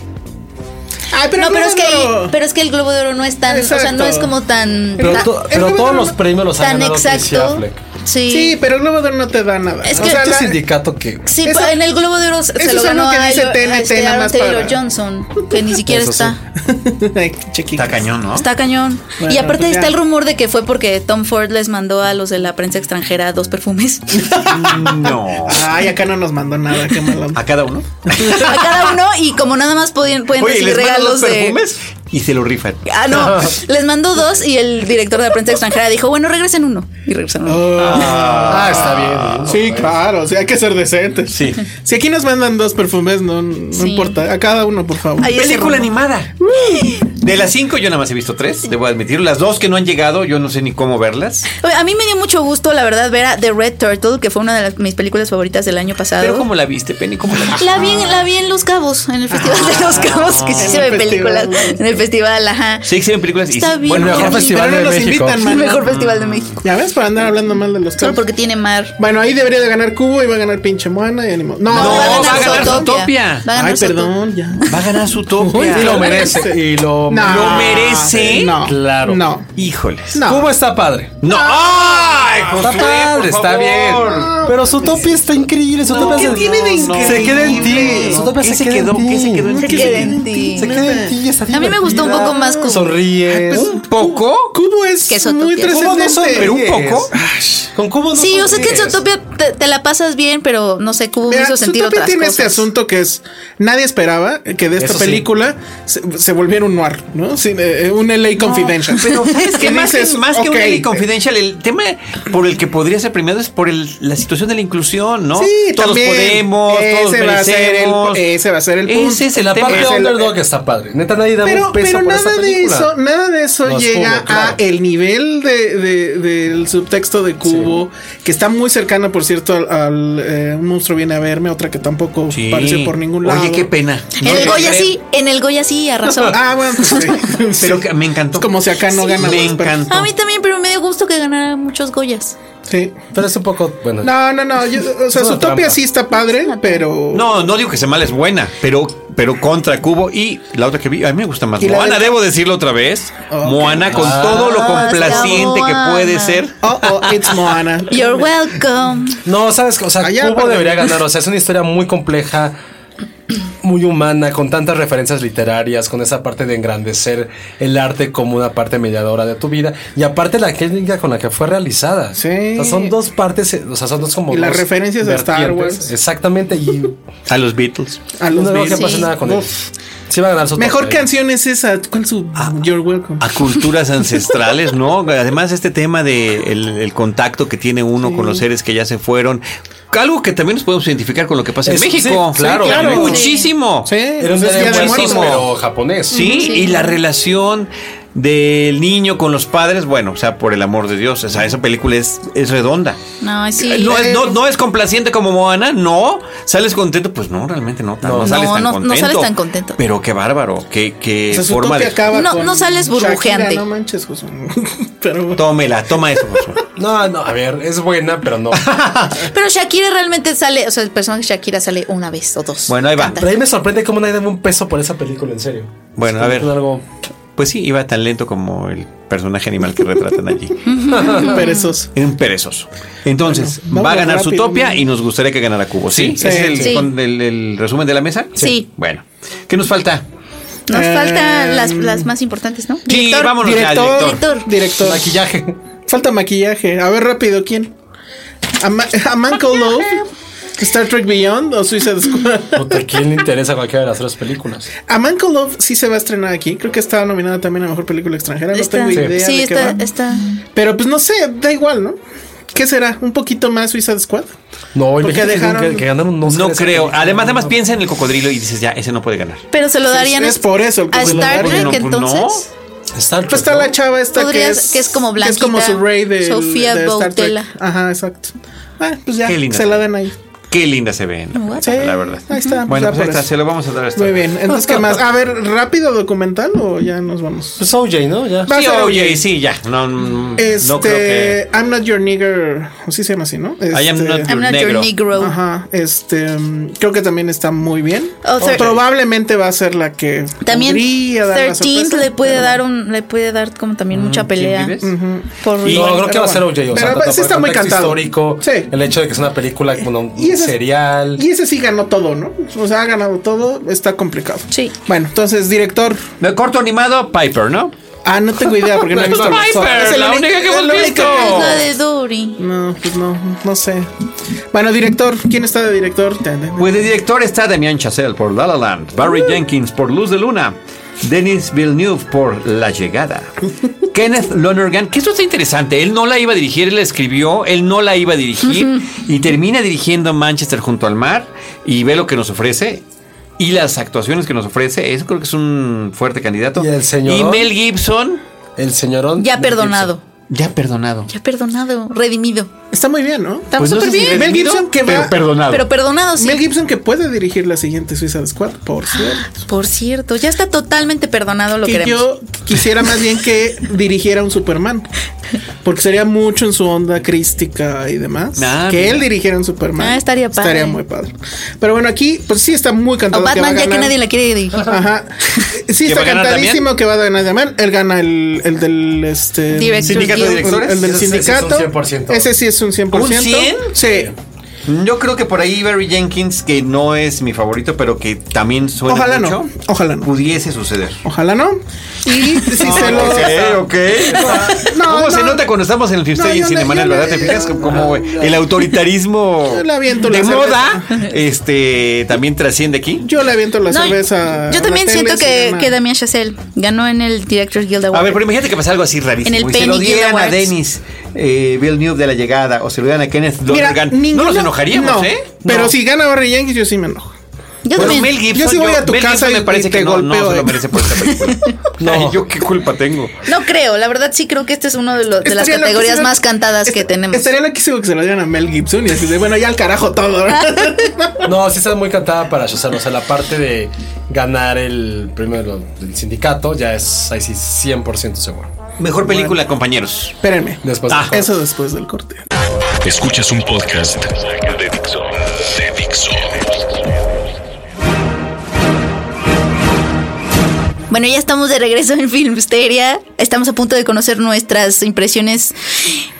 Speaker 3: Ay,
Speaker 4: exacto. No, pero
Speaker 3: no,
Speaker 4: es que
Speaker 3: no.
Speaker 4: ahí- pero es que el Globo de Oro no es tan, o sea,
Speaker 3: Exacto.
Speaker 4: no es como tan
Speaker 6: Pero,
Speaker 4: tan,
Speaker 6: to-
Speaker 3: el
Speaker 6: pero
Speaker 3: Globo de
Speaker 6: todos
Speaker 3: Oro
Speaker 6: los
Speaker 3: no-
Speaker 6: premios los ha
Speaker 4: tan
Speaker 6: ganado Casey
Speaker 4: exacto.
Speaker 6: Affleck. Este
Speaker 4: Sí.
Speaker 3: Sí, pero el Globo de Oro no te da nada.
Speaker 4: Es
Speaker 6: O
Speaker 4: que-
Speaker 6: sea,
Speaker 3: la-
Speaker 6: este sindicato que
Speaker 4: Sí,
Speaker 3: Eso-
Speaker 4: pero en el Globo de Oro se
Speaker 3: eso
Speaker 4: lo
Speaker 3: es algo
Speaker 4: ganó
Speaker 3: que
Speaker 4: a,
Speaker 3: dice
Speaker 4: a
Speaker 3: TNT
Speaker 4: este
Speaker 3: nada
Speaker 4: Aaron
Speaker 3: más
Speaker 4: Taylor
Speaker 3: para-
Speaker 4: Johnson, que ni siquiera
Speaker 6: Eso sí.
Speaker 4: está.
Speaker 3: [laughs] Ay, chiquita.
Speaker 5: Está cañón, ¿no?
Speaker 4: Está cañón.
Speaker 3: Bueno,
Speaker 4: y aparte
Speaker 3: pues ya.
Speaker 4: está el rumor de que fue porque Tom Ford les mandó a los de la prensa extranjera dos
Speaker 5: [laughs]
Speaker 4: perfumes.
Speaker 5: [laughs]
Speaker 4: [laughs]
Speaker 5: No.
Speaker 3: Ay, acá no nos mandó nada, qué malo.
Speaker 5: A cada uno.
Speaker 4: a cada uno y como nada más podían, pueden
Speaker 5: Oye, y
Speaker 4: recibir
Speaker 5: les mandan
Speaker 4: regalos
Speaker 5: los
Speaker 4: de...
Speaker 5: perfumes y se lo rifan.
Speaker 4: Ah,
Speaker 5: [laughs]
Speaker 4: no. Les mando dos y el director de la prensa extranjera dijo, bueno, regresen uno. Y regresaron uno.
Speaker 3: Oh.
Speaker 6: Ah, está bien. ¿no?
Speaker 3: Sí, claro, sí, hay que ser decentes.
Speaker 5: Sí.
Speaker 3: Si aquí nos mandan dos perfumes, no, no
Speaker 4: Sí.
Speaker 3: importa. A cada uno, por favor.
Speaker 4: Ahí ese
Speaker 5: Película
Speaker 4: rumor. Mm.
Speaker 5: animada. De las cinco yo nada más he visto tres, debo admitir. Las dos que no han llegado, yo no sé ni cómo verlas.
Speaker 4: Oye, A mí me dio mucho gusto, la verdad, ver a The Red Turtle, que fue una de las- mis películas favoritas del año pasado.
Speaker 5: Pero ¿cómo la viste, Penny? ¿Cómo la viste?
Speaker 4: La vi, en, la vi en Los Cabos, en el Festival de
Speaker 5: Ah,
Speaker 4: Los Cabos, que sí
Speaker 3: En
Speaker 4: se
Speaker 3: el
Speaker 4: ven películas.
Speaker 3: festival.
Speaker 4: En el festival, ajá.
Speaker 5: Sí, exhiben películas. y-
Speaker 4: Está bien.
Speaker 5: Bueno,
Speaker 6: mejor
Speaker 4: ya vi.
Speaker 6: festival.
Speaker 3: Pero no
Speaker 6: de
Speaker 3: nos
Speaker 6: México.
Speaker 3: invitan,
Speaker 4: El
Speaker 3: mano.
Speaker 4: mejor festival de México.
Speaker 3: Ya ves, para andar hablando mal de los
Speaker 4: Solo
Speaker 3: cabos.
Speaker 4: porque tiene mar.
Speaker 3: Bueno, ahí debería de ganar Cubo y va a ganar pinche Moana y ánimo. No,
Speaker 5: No,
Speaker 3: va a ganar-
Speaker 5: va a ganar
Speaker 4: Zootopia.
Speaker 5: Zootopia.
Speaker 4: Va a ganar
Speaker 3: Ay,
Speaker 4: Zootopia.
Speaker 3: perdón, ya.
Speaker 5: va a ganar su toque.
Speaker 3: Uy,
Speaker 6: Y lo merece.
Speaker 3: merece.
Speaker 6: Y lo
Speaker 3: No.
Speaker 5: ¿Lo
Speaker 4: Ah,
Speaker 5: merece?
Speaker 3: No.
Speaker 6: Claro.
Speaker 3: No.
Speaker 5: Híjoles.
Speaker 3: No.
Speaker 6: Cubo está padre.
Speaker 5: No.
Speaker 4: Ah,
Speaker 5: ¡Ay,
Speaker 6: Está
Speaker 5: Josué, por
Speaker 6: padre, está
Speaker 5: favor!
Speaker 6: bien. Pero su topi está increíble. Su topi
Speaker 3: ¿qué
Speaker 6: hace-
Speaker 3: tiene de
Speaker 6: Se queda en ti.
Speaker 3: increíble?
Speaker 6: Su topi
Speaker 5: ¿Qué
Speaker 6: se
Speaker 5: se
Speaker 6: queda en
Speaker 5: quedó?
Speaker 6: ti.
Speaker 5: ¿Qué se quedó en
Speaker 4: Se
Speaker 5: ti?
Speaker 4: queda en ti.
Speaker 6: Se queda en ti. está
Speaker 4: A mí me gustó un
Speaker 6: divertida.
Speaker 4: poco más Cubo.
Speaker 6: Sonríes.
Speaker 5: ¿Un poco?
Speaker 3: Cubo es
Speaker 4: Que Zootopia.
Speaker 3: muy
Speaker 4: Cubo
Speaker 6: Cubo no
Speaker 3: trascendente.
Speaker 6: sonríes.
Speaker 5: pero un poco.
Speaker 6: Con Cubo no
Speaker 4: Sí, o sea, es que en
Speaker 6: sonríes.
Speaker 4: Zootopia te, te la pasas bien, pero no sé, Cubo me
Speaker 3: Mira,
Speaker 4: hizo sentir
Speaker 3: Zootopia
Speaker 4: otras
Speaker 3: tiene
Speaker 4: cosas.
Speaker 3: este asunto que es nadie esperaba que de esta
Speaker 6: Eso sí.
Speaker 3: película se, se volviera un noir, ¿no? Sin, eh, un LA Confidential.
Speaker 5: Pero
Speaker 3: [laughs]
Speaker 5: es que
Speaker 3: ¿Qué
Speaker 5: más, que,
Speaker 3: dices?
Speaker 5: más que
Speaker 3: Ok.
Speaker 5: un Daily Confidential, el tema por el que podría ser premiado es por el- la situación de la inclusión, ¿no?
Speaker 3: Sí,
Speaker 5: todos
Speaker 3: también.
Speaker 5: podemos, todos
Speaker 3: Ese va a ser el-
Speaker 5: merecemos.
Speaker 3: ese va a ser el
Speaker 5: Ese es el
Speaker 6: La
Speaker 5: tema.
Speaker 6: parte
Speaker 3: Es
Speaker 6: de
Speaker 3: el- eh,
Speaker 6: Underdog está padre. Neta, nadie da
Speaker 3: Pero,
Speaker 6: un peso
Speaker 3: pero
Speaker 6: por
Speaker 3: nada
Speaker 6: esa
Speaker 3: de
Speaker 6: película.
Speaker 3: eso, nada de eso
Speaker 6: No es
Speaker 3: llega
Speaker 6: Cubo, claro.
Speaker 3: a el nivel de, de- del subtexto de Cubo, que está muy cercano, por cierto, al, al, eh, Un monstruo viene a verme, otra que tampoco
Speaker 5: Sí.
Speaker 3: apareció por ningún lado.
Speaker 5: Oye, qué pena. Eh,
Speaker 4: En
Speaker 5: No
Speaker 4: el
Speaker 5: lo
Speaker 4: Goya
Speaker 5: logré.
Speaker 4: sí, en el Goya sí, arrasó.
Speaker 3: [laughs] Ah, bueno, pues, sí.
Speaker 5: [laughs] Pero
Speaker 3: Sí.
Speaker 5: que me encantó.
Speaker 3: Es como si acá no
Speaker 5: Sí,
Speaker 3: ganamos,
Speaker 5: Me
Speaker 3: pero-
Speaker 5: encantó.
Speaker 4: A mí también, pero me dio gusto que ganara muchos Goyas.
Speaker 3: Sí.
Speaker 6: Pero es un poco. Bueno.
Speaker 3: No, no, no. yo- o sea,
Speaker 6: Es una
Speaker 3: su topia
Speaker 6: trampa.
Speaker 3: sí está padre, pero.
Speaker 5: No, no digo que sea mal, es buena, pero, pero contra Cubo y la otra que vi, a mí me gusta más.
Speaker 3: Y la
Speaker 5: Moana,
Speaker 3: de- Ah,
Speaker 5: debo decirlo otra vez. Moana, con todo lo complaciente que
Speaker 4: Moana.
Speaker 5: puede ser.
Speaker 3: Oh, oh, it's Moana.
Speaker 4: You're welcome.
Speaker 6: No, sabes, o sea,
Speaker 3: Allá,
Speaker 6: Cubo
Speaker 3: perdón.
Speaker 6: debería
Speaker 3: [laughs]
Speaker 6: ganar. O sea, es una historia muy compleja, muy humana, con tantas referencias literarias, con esa parte de engrandecer el arte como una parte mediadora de tu vida. Y aparte la técnica con la que fue realizada.
Speaker 3: Sí.
Speaker 6: O sea, son dos partes, eh, o sea, son dos como.
Speaker 3: Y las
Speaker 6: dos
Speaker 3: referencias a Star
Speaker 6: vertientes.
Speaker 3: Wars.
Speaker 6: Exactamente. Y
Speaker 3: [laughs]
Speaker 5: A los Beatles.
Speaker 3: A los
Speaker 6: no creo que
Speaker 3: Beatles.
Speaker 6: pase nada con él.
Speaker 3: Uf.
Speaker 6: Sí va a ganar su
Speaker 3: Mejor
Speaker 6: top, eh.
Speaker 3: canción es esa. ¿Cuál su You're welcome?
Speaker 5: a culturas ancestrales, ¿no? Además, este tema de el, el contacto que tiene uno con los seres que ya se fueron. Algo que también nos podemos identificar con lo que pasa en
Speaker 6: Es-
Speaker 5: México.
Speaker 6: sí, claro. Sí, claro.
Speaker 5: Muchísimo.
Speaker 3: Sí,
Speaker 6: Era un
Speaker 3: pues es
Speaker 6: día de muertos,
Speaker 5: buenísimo.
Speaker 6: pero japonés.
Speaker 5: Sí, y la relación del niño con los padres, bueno, o sea, por el amor de Dios, o sea, esa película es, es redonda. Eh,
Speaker 4: No, sí.
Speaker 5: No es, no, no es complaciente como Moana, no. ¿Sales contento? Pues no, realmente no. No, sales,
Speaker 4: No,
Speaker 5: tan
Speaker 4: no- no
Speaker 5: contento,
Speaker 4: sales tan contento.
Speaker 5: Pero qué bárbaro, qué, qué
Speaker 3: O sea, su
Speaker 5: forma
Speaker 3: topia
Speaker 5: de...
Speaker 3: acaba
Speaker 4: No,
Speaker 3: con
Speaker 4: no sales
Speaker 3: Shakira,
Speaker 4: burbujeante.
Speaker 3: no manches, Josué. Pero bueno.
Speaker 5: Tómela, toma eso. por favor.
Speaker 6: No, no, a ver, es buena, pero no.
Speaker 4: Pero Shakira realmente sale, o sea, el personaje Shakira sale una vez o dos.
Speaker 5: Bueno, ahí va.
Speaker 4: Canta.
Speaker 6: Pero ahí me sorprende cómo nadie da un peso por esa película, en serio.
Speaker 5: Bueno, a ver.
Speaker 6: Es algo-
Speaker 5: Pues sí, iba tan lento como el personaje animal que retratan allí.
Speaker 3: [laughs] Perezoso.
Speaker 5: Era un perezoso. Entonces,
Speaker 3: Bueno,
Speaker 5: va a
Speaker 3: vámonos
Speaker 5: ganar su
Speaker 3: rápido,
Speaker 5: topia
Speaker 3: ¿no?
Speaker 5: y nos gustaría que ganara Cubo. ¿Sí?
Speaker 3: Sí,
Speaker 5: ¿Ese es el,
Speaker 4: sí.
Speaker 5: con el- el resumen de la mesa?
Speaker 4: Sí.
Speaker 5: Bueno, ¿qué nos falta?
Speaker 4: Nos
Speaker 3: Eh,
Speaker 4: faltan las, las más importantes, ¿no?
Speaker 5: Sí,
Speaker 4: Director.
Speaker 5: vámonos ya,
Speaker 3: director.
Speaker 5: director.
Speaker 4: Director.
Speaker 3: [laughs] Director.
Speaker 6: Maquillaje.
Speaker 3: Falta maquillaje. A ver, rápido, ¿quién? A, [laughs] Ma- a Manco Love. Star Trek Beyond o Suicide Squad.
Speaker 6: Puta, ¿Quién le interesa cualquiera de las tres películas?
Speaker 3: A Manco Love sí se va a estrenar aquí. Creo que estaba nominada también a mejor película extranjera. No
Speaker 4: Está-
Speaker 3: tengo idea.
Speaker 4: sí,
Speaker 3: de qué
Speaker 4: está,
Speaker 3: va.
Speaker 4: está.
Speaker 3: Pero pues no sé, da igual, ¿no? ¿Qué será? ¿Un poquito más Suicide Squad? Pues,
Speaker 6: No,
Speaker 3: Porque
Speaker 6: imagínate
Speaker 3: dejaron-
Speaker 6: que, que ganaron un Oscar
Speaker 5: No
Speaker 6: esa
Speaker 5: creo.
Speaker 6: película.
Speaker 5: Además, además piensa en el cocodrilo y dices, ya, ese no puede ganar.
Speaker 4: Pero se lo darían
Speaker 3: es por eso que
Speaker 4: a
Speaker 3: se lo
Speaker 4: Star
Speaker 3: darían.
Speaker 4: Trek
Speaker 5: pues, No, pues no.
Speaker 4: entonces.
Speaker 6: Star Trek,
Speaker 3: Pues está
Speaker 6: ¿no?
Speaker 3: la chava esta que
Speaker 4: Podrías-
Speaker 3: es,
Speaker 4: que es como
Speaker 3: Es como
Speaker 4: blanquita,
Speaker 3: su rey de.
Speaker 4: Sofía
Speaker 3: de Star Trek.
Speaker 4: Boutella.
Speaker 3: Ajá, exacto. Ah, pues ya,
Speaker 5: Qué linda.
Speaker 3: se la den ahí.
Speaker 5: Qué linda se ve, la,
Speaker 4: What?
Speaker 3: Sí,
Speaker 5: la verdad.
Speaker 3: Ahí está.
Speaker 5: Bueno,
Speaker 3: ya
Speaker 5: pues ahí está,
Speaker 3: aparece.
Speaker 5: se lo vamos a dar a esta.
Speaker 3: Muy bien, entonces, ¿qué
Speaker 5: [laughs]
Speaker 3: más? Ah, A ver, rápido documental o ya nos vamos.
Speaker 6: Pues OJ, ¿no? Ya.
Speaker 3: Va a
Speaker 5: Sí,
Speaker 3: ser
Speaker 5: oye,
Speaker 3: OJ.
Speaker 5: sí, ya. No, mm,
Speaker 3: Este,
Speaker 5: no creo
Speaker 3: I'm not your nigger, o sí se llama así, ¿no? Este,
Speaker 5: I am not-
Speaker 4: I'm not
Speaker 5: Negro.
Speaker 4: your negro.
Speaker 3: Ajá, este, mm, creo que también está muy bien.
Speaker 4: Other-
Speaker 3: Probablemente va a ser la que
Speaker 4: Oh, También
Speaker 3: podría dar la
Speaker 4: 13
Speaker 3: sorpresa,
Speaker 4: le puede
Speaker 3: pero-
Speaker 4: dar un le puede dar como también mucha pelea.
Speaker 5: Mm, vives?
Speaker 4: Ujú. Por
Speaker 6: No, creo que
Speaker 3: pero
Speaker 6: va a ser
Speaker 3: bueno.
Speaker 6: OJ. O sea, tanto
Speaker 3: Pero pues sí
Speaker 6: por
Speaker 3: está
Speaker 6: el
Speaker 3: muy
Speaker 6: contexto
Speaker 3: cantado.
Speaker 6: histórico,
Speaker 3: Sí.
Speaker 6: el hecho de que es una película, bueno, un
Speaker 3: Y ese-
Speaker 6: serial.
Speaker 3: Y ese sí ganó todo, ¿no? O sea, ha ganado todo, está complicado.
Speaker 4: Sí.
Speaker 3: Bueno, entonces, director.
Speaker 5: que. De corto animado, Piper, ¿no?
Speaker 3: Ah, no tengo idea porque no he
Speaker 5: [laughs]
Speaker 3: visto
Speaker 5: Piper,
Speaker 3: Es el
Speaker 5: la
Speaker 3: único-
Speaker 5: única que
Speaker 3: es
Speaker 5: hemos
Speaker 3: la única
Speaker 5: visto.
Speaker 3: que-
Speaker 4: Es la de Dory.
Speaker 3: No, pues no, no sé. Bueno, director, ¿quién está de director?
Speaker 5: Pues de director está Damián Chazelle por La La Land, Barry Jenkins por Luz de Luna, Denis Villeneuve por La Llegada,
Speaker 3: [laughs]
Speaker 5: Kenneth Lonergan, que esto está interesante, él no la iba a dirigir, él la escribió, él no la iba a dirigir
Speaker 3: [laughs]
Speaker 5: y termina dirigiendo Manchester junto al mar y ve lo que nos ofrece. Y las actuaciones que nos ofrece, eso creo que es un fuerte candidato.
Speaker 6: ¿Y el señor?
Speaker 5: Y Mel Gibson,
Speaker 6: El señorón.
Speaker 4: Ya perdonado.
Speaker 5: ya perdonado.
Speaker 4: Ya perdonado, redimido.
Speaker 3: Está muy bien, ¿no?
Speaker 4: Está
Speaker 5: Pues no
Speaker 4: súper
Speaker 5: sé si
Speaker 4: bien.
Speaker 3: Mel
Speaker 5: redimido, Ah.
Speaker 3: Gibson que va-
Speaker 5: pero perdonado.
Speaker 4: Pero perdonado, Pues sí.
Speaker 3: Mel Gibson que puede dirigir la siguiente Suicide Squad, por cierto.
Speaker 4: Por cierto, ya está totalmente perdonado, lo
Speaker 3: que
Speaker 4: queremos.
Speaker 3: yo quisiera más bien que dirigiera un Superman. Porque sería mucho en su onda crística y demás.
Speaker 5: Ah,
Speaker 3: que
Speaker 5: mira.
Speaker 3: él dirigiera un Superman.
Speaker 4: Ah, estaría padre.
Speaker 3: Estaría muy padre. Pero bueno, aquí, pues sí está muy
Speaker 4: o
Speaker 3: cantado. que va a
Speaker 4: Batman, ya que
Speaker 3: ganar.
Speaker 4: nadie la quiere dirigir.
Speaker 3: Ajá. Sí,
Speaker 5: ¿Que
Speaker 3: está
Speaker 5: va a ganar
Speaker 3: cantadísimo que va a ganar Damián. Él gana el, el del este,
Speaker 4: Director
Speaker 5: Sindicato de
Speaker 4: Guild.
Speaker 5: directores.
Speaker 3: El del
Speaker 6: Ese sí es un
Speaker 3: sindicato.
Speaker 6: 100%.
Speaker 3: Ese sí es un 100%.
Speaker 5: ¿Un 100?
Speaker 3: Sí.
Speaker 5: Yo creo que por ahí Barry Jenkins, que no es mi favorito, pero que también suena
Speaker 3: Ojalá
Speaker 5: mucho,
Speaker 3: no, ojalá no.
Speaker 5: pudiese suceder. Ah,
Speaker 3: Ojalá no. [laughs] Y si se lo.
Speaker 5: ok, ok.
Speaker 3: No,
Speaker 5: ¿Cómo
Speaker 3: no.
Speaker 5: se nota cuando estamos en el Fifth
Speaker 3: No,
Speaker 5: y en
Speaker 3: yo le-
Speaker 5: Cinemanel,
Speaker 3: yo
Speaker 5: verdad?
Speaker 3: le-
Speaker 5: ¿Te fijas como el autoritarismo
Speaker 3: Yo le aviento la
Speaker 5: de
Speaker 3: cerveza.
Speaker 5: moda este, también trasciende aquí?
Speaker 3: Yo le aviento la
Speaker 4: No,
Speaker 3: cerveza. a
Speaker 4: yo
Speaker 3: la
Speaker 4: también
Speaker 3: tele
Speaker 4: siento
Speaker 3: si
Speaker 4: que,
Speaker 3: gana.
Speaker 4: que Damien Chazelle ganó en el Directors Guild Award.
Speaker 5: A ver, pero imagínate que pasa algo así rarísimo.
Speaker 4: En el
Speaker 5: y se lo
Speaker 4: Penny Guild
Speaker 5: dieran a
Speaker 4: Awards.
Speaker 5: Denis eh, Bill Newb de la llegada o se lo dieran a Kenneth
Speaker 3: Mira,
Speaker 5: Lonergan.
Speaker 3: ninguno-
Speaker 5: no nos enojaríamos,
Speaker 3: no,
Speaker 5: ¿eh?
Speaker 3: Pero
Speaker 5: No.
Speaker 3: si gana Barry Jenkins, yo sí me enojo.
Speaker 4: yo
Speaker 5: Bueno,
Speaker 4: también.
Speaker 5: Pues Mel Gibson,
Speaker 3: Yo sí voy a tu
Speaker 5: Mel
Speaker 3: casa
Speaker 5: Gibson
Speaker 3: y-
Speaker 5: me parece
Speaker 3: y te
Speaker 5: que no,
Speaker 3: golpeo,
Speaker 5: No, se
Speaker 3: eh.
Speaker 5: lo merece por esta
Speaker 3: [laughs]
Speaker 5: película. no. Ay, yo qué culpa tengo.
Speaker 4: No creo, la verdad sí creo que esta es una de, los- de las
Speaker 3: Estaría loquísimo-
Speaker 4: categorías más cantadas que
Speaker 3: est-
Speaker 4: tenemos.
Speaker 3: Estaría loquísimo que se lo dieran a Mel Gibson y así de, bueno, ya al carajo todo. [laughs]
Speaker 6: No, sí está muy cantada para Shazam. O sea, la parte de ganar el premio de lo- del sindicato ya es ahí sí 100% seguro.
Speaker 5: Mejor película, compañeros.
Speaker 3: Espérenme.
Speaker 6: Después
Speaker 5: Ah.
Speaker 6: de-
Speaker 3: Eso después del corte.
Speaker 1: Escuchas un podcast de Dixo. De Dixo.
Speaker 4: Bueno, ya estamos de regreso en Filmsteria. Estamos a punto de conocer nuestras impresiones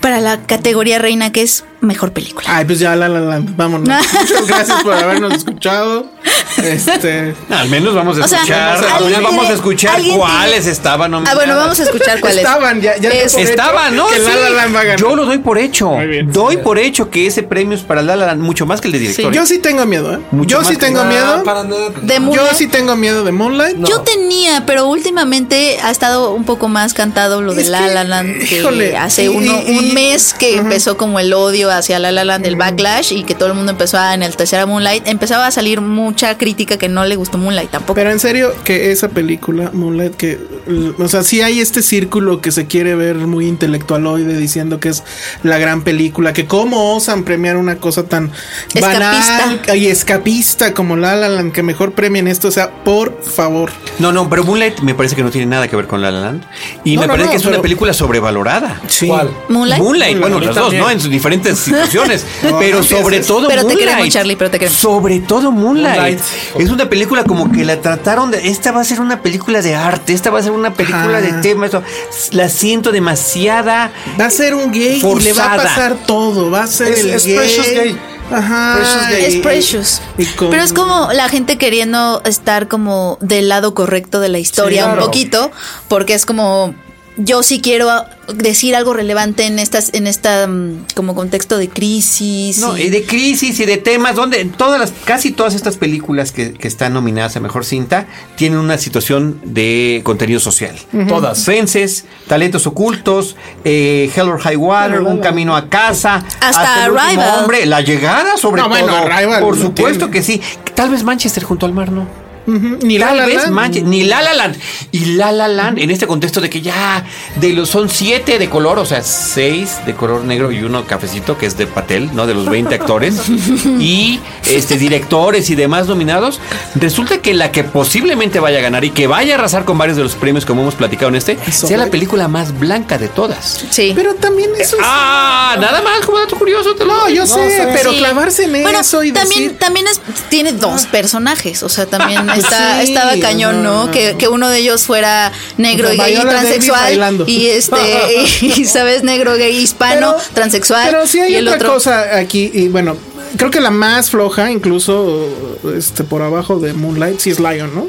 Speaker 4: para la categoría reina que es mejor película.
Speaker 3: Ay, pues ya, la, la, la, [laughs] vámonos. Muchas gracias por habernos escuchado. Este.
Speaker 5: Al menos vamos a
Speaker 4: O sea,
Speaker 5: escuchar.
Speaker 4: alguien
Speaker 5: al menos
Speaker 4: tiene-
Speaker 5: vamos a escuchar
Speaker 4: alguien
Speaker 5: cuáles
Speaker 4: tiene-
Speaker 5: estaban
Speaker 4: Ah,
Speaker 5: nominadas.
Speaker 4: bueno, vamos a escuchar cuáles.
Speaker 3: Estaban, ya, ya.
Speaker 4: Es-
Speaker 3: por hecho
Speaker 5: Estaban, ¿no?
Speaker 3: que La
Speaker 5: Sí.
Speaker 3: La Land va a ganar.
Speaker 5: Yo lo doy por hecho.
Speaker 3: bien.
Speaker 5: Doy por hecho que ese premio es para La La Land mucho más que el de director.
Speaker 3: Yo sí tengo miedo, ¿eh?
Speaker 5: Mucho
Speaker 3: yo sí
Speaker 5: más que
Speaker 3: tengo
Speaker 6: Ah,
Speaker 3: miedo.
Speaker 6: para nada.
Speaker 4: De
Speaker 3: Yo
Speaker 4: Moonlight.
Speaker 3: sí tengo miedo de Moonlight.
Speaker 4: Yo tenía, pero últimamente ha estado un poco más cantado lo de
Speaker 3: Es
Speaker 4: La
Speaker 3: que,
Speaker 4: La Land que
Speaker 3: híjole,
Speaker 4: hace
Speaker 3: y-
Speaker 4: uno-
Speaker 3: y-
Speaker 4: un mes que empezó como el odio hacia La La Land, el backlash y que todo el mundo empezó a enaltecer a Moonlight. Empezaba a salir mucha crítica que no le gustó Moonlight tampoco.
Speaker 3: Pero en serio, que esa película, Moonlight, que. l- O sea, sí hay este círculo que se quiere ver muy intelectualoide diciendo que es la gran película. Que cómo osan premiar una cosa tan banal
Speaker 4: Escapista.
Speaker 3: y escapista como La La Land, que mejor premien esto. O sea, por favor.
Speaker 5: No, no, pero Moonlight me parece que no tiene nada que ver con La La Land. Y
Speaker 3: No,
Speaker 5: me
Speaker 3: no,
Speaker 5: parece
Speaker 3: no,
Speaker 5: que es una
Speaker 3: pero-
Speaker 5: película sobrevalorada.
Speaker 3: Sí.
Speaker 6: ¿Cuál?
Speaker 4: Moonlight.
Speaker 5: Moonlight, bueno,
Speaker 3: Moonlight
Speaker 5: las dos,
Speaker 3: también.
Speaker 5: ¿no? En sus diferentes
Speaker 3: [laughs]
Speaker 5: situaciones. pero sobre todo
Speaker 4: Pero te
Speaker 5: Moonlight.
Speaker 4: queremos, Charlie, pero te queremos.
Speaker 5: Sobre todo Moonlight.
Speaker 6: Moonlight.
Speaker 5: Es una película como que la trataron de. Esta va a ser una película de arte, esta va a ser una película
Speaker 3: Ajá.
Speaker 5: de tema. esto- La siento demasiada.
Speaker 3: Va a ser un gay y le va a
Speaker 5: Forzada.
Speaker 3: pasar todo. Va a ser
Speaker 6: Es-
Speaker 3: el
Speaker 6: es
Speaker 3: gay.
Speaker 6: precious gay.
Speaker 3: Ajá.
Speaker 6: Precious gay.
Speaker 4: Es
Speaker 3: y-
Speaker 4: precious.
Speaker 3: y con-
Speaker 4: Pero es como la gente queriendo estar como del lado correcto de la historia
Speaker 6: Sí, claro.
Speaker 4: un poquito, porque es como yo sí quiero decir algo relevante en estas en esta mm, como contexto de crisis.
Speaker 5: No,
Speaker 4: y-
Speaker 5: y de crisis y de temas donde todas las, casi todas estas películas que, que están nominadas a mejor cinta tienen una situación de contenido social.
Speaker 6: Todas.
Speaker 5: Fences, talentos ocultos, eh, Hell or High Water, un camino a casa,
Speaker 4: Hasta
Speaker 5: el último
Speaker 4: Arrival.
Speaker 5: hombre, la llegada sobre
Speaker 3: No,
Speaker 5: todo.
Speaker 3: bueno, Arrival
Speaker 5: Por
Speaker 3: lo
Speaker 5: supuesto
Speaker 3: tiene.
Speaker 5: que sí. Tal vez Manchester junto al mar no.
Speaker 3: Ujú, Ni la,
Speaker 5: Tal
Speaker 3: la,
Speaker 5: vez
Speaker 3: la.
Speaker 5: manche- ni La La Land. Y La La Land, en este contexto de que ya de los, son siete de color, o sea, seis de color negro y uno cafecito, que es de Patel, ¿no? De los 20 actores
Speaker 3: [laughs]
Speaker 5: y este, directores y demás nominados. Resulta que la que posiblemente vaya a ganar y que vaya a arrasar con varios de los premios, como hemos platicado en este,
Speaker 3: Eso,
Speaker 5: sea la
Speaker 3: güey.
Speaker 5: película más blanca de todas.
Speaker 4: Sí.
Speaker 3: Pero también eso es.
Speaker 5: Ah, nada más, como dato curioso. te lo
Speaker 3: no,
Speaker 5: doy.
Speaker 3: yo sé,
Speaker 6: está bien.
Speaker 3: pero
Speaker 4: Sí.
Speaker 3: clavarse en
Speaker 4: Bueno,
Speaker 3: eso y
Speaker 4: también,
Speaker 3: decir. Ah.
Speaker 4: también es- tiene dos personajes, o sea,
Speaker 3: [laughs]
Speaker 4: también está,
Speaker 3: Sí,
Speaker 4: estaba
Speaker 3: o
Speaker 4: cañón, ¿no?
Speaker 3: sea.
Speaker 4: Que, que uno de ellos fuera negro,
Speaker 3: Viola
Speaker 4: gay, y
Speaker 3: Davis
Speaker 4: transexual,
Speaker 3: bailando.
Speaker 4: y
Speaker 3: [laughs]
Speaker 4: este, [laughs] y, sabes, negro, gay, hispano, transexual,
Speaker 3: Pero sí hay
Speaker 4: y el
Speaker 3: otra
Speaker 4: otro.
Speaker 3: cosa aquí, y bueno, creo que la más floja, incluso este por abajo de Moonlight, sí es Lion, ¿no?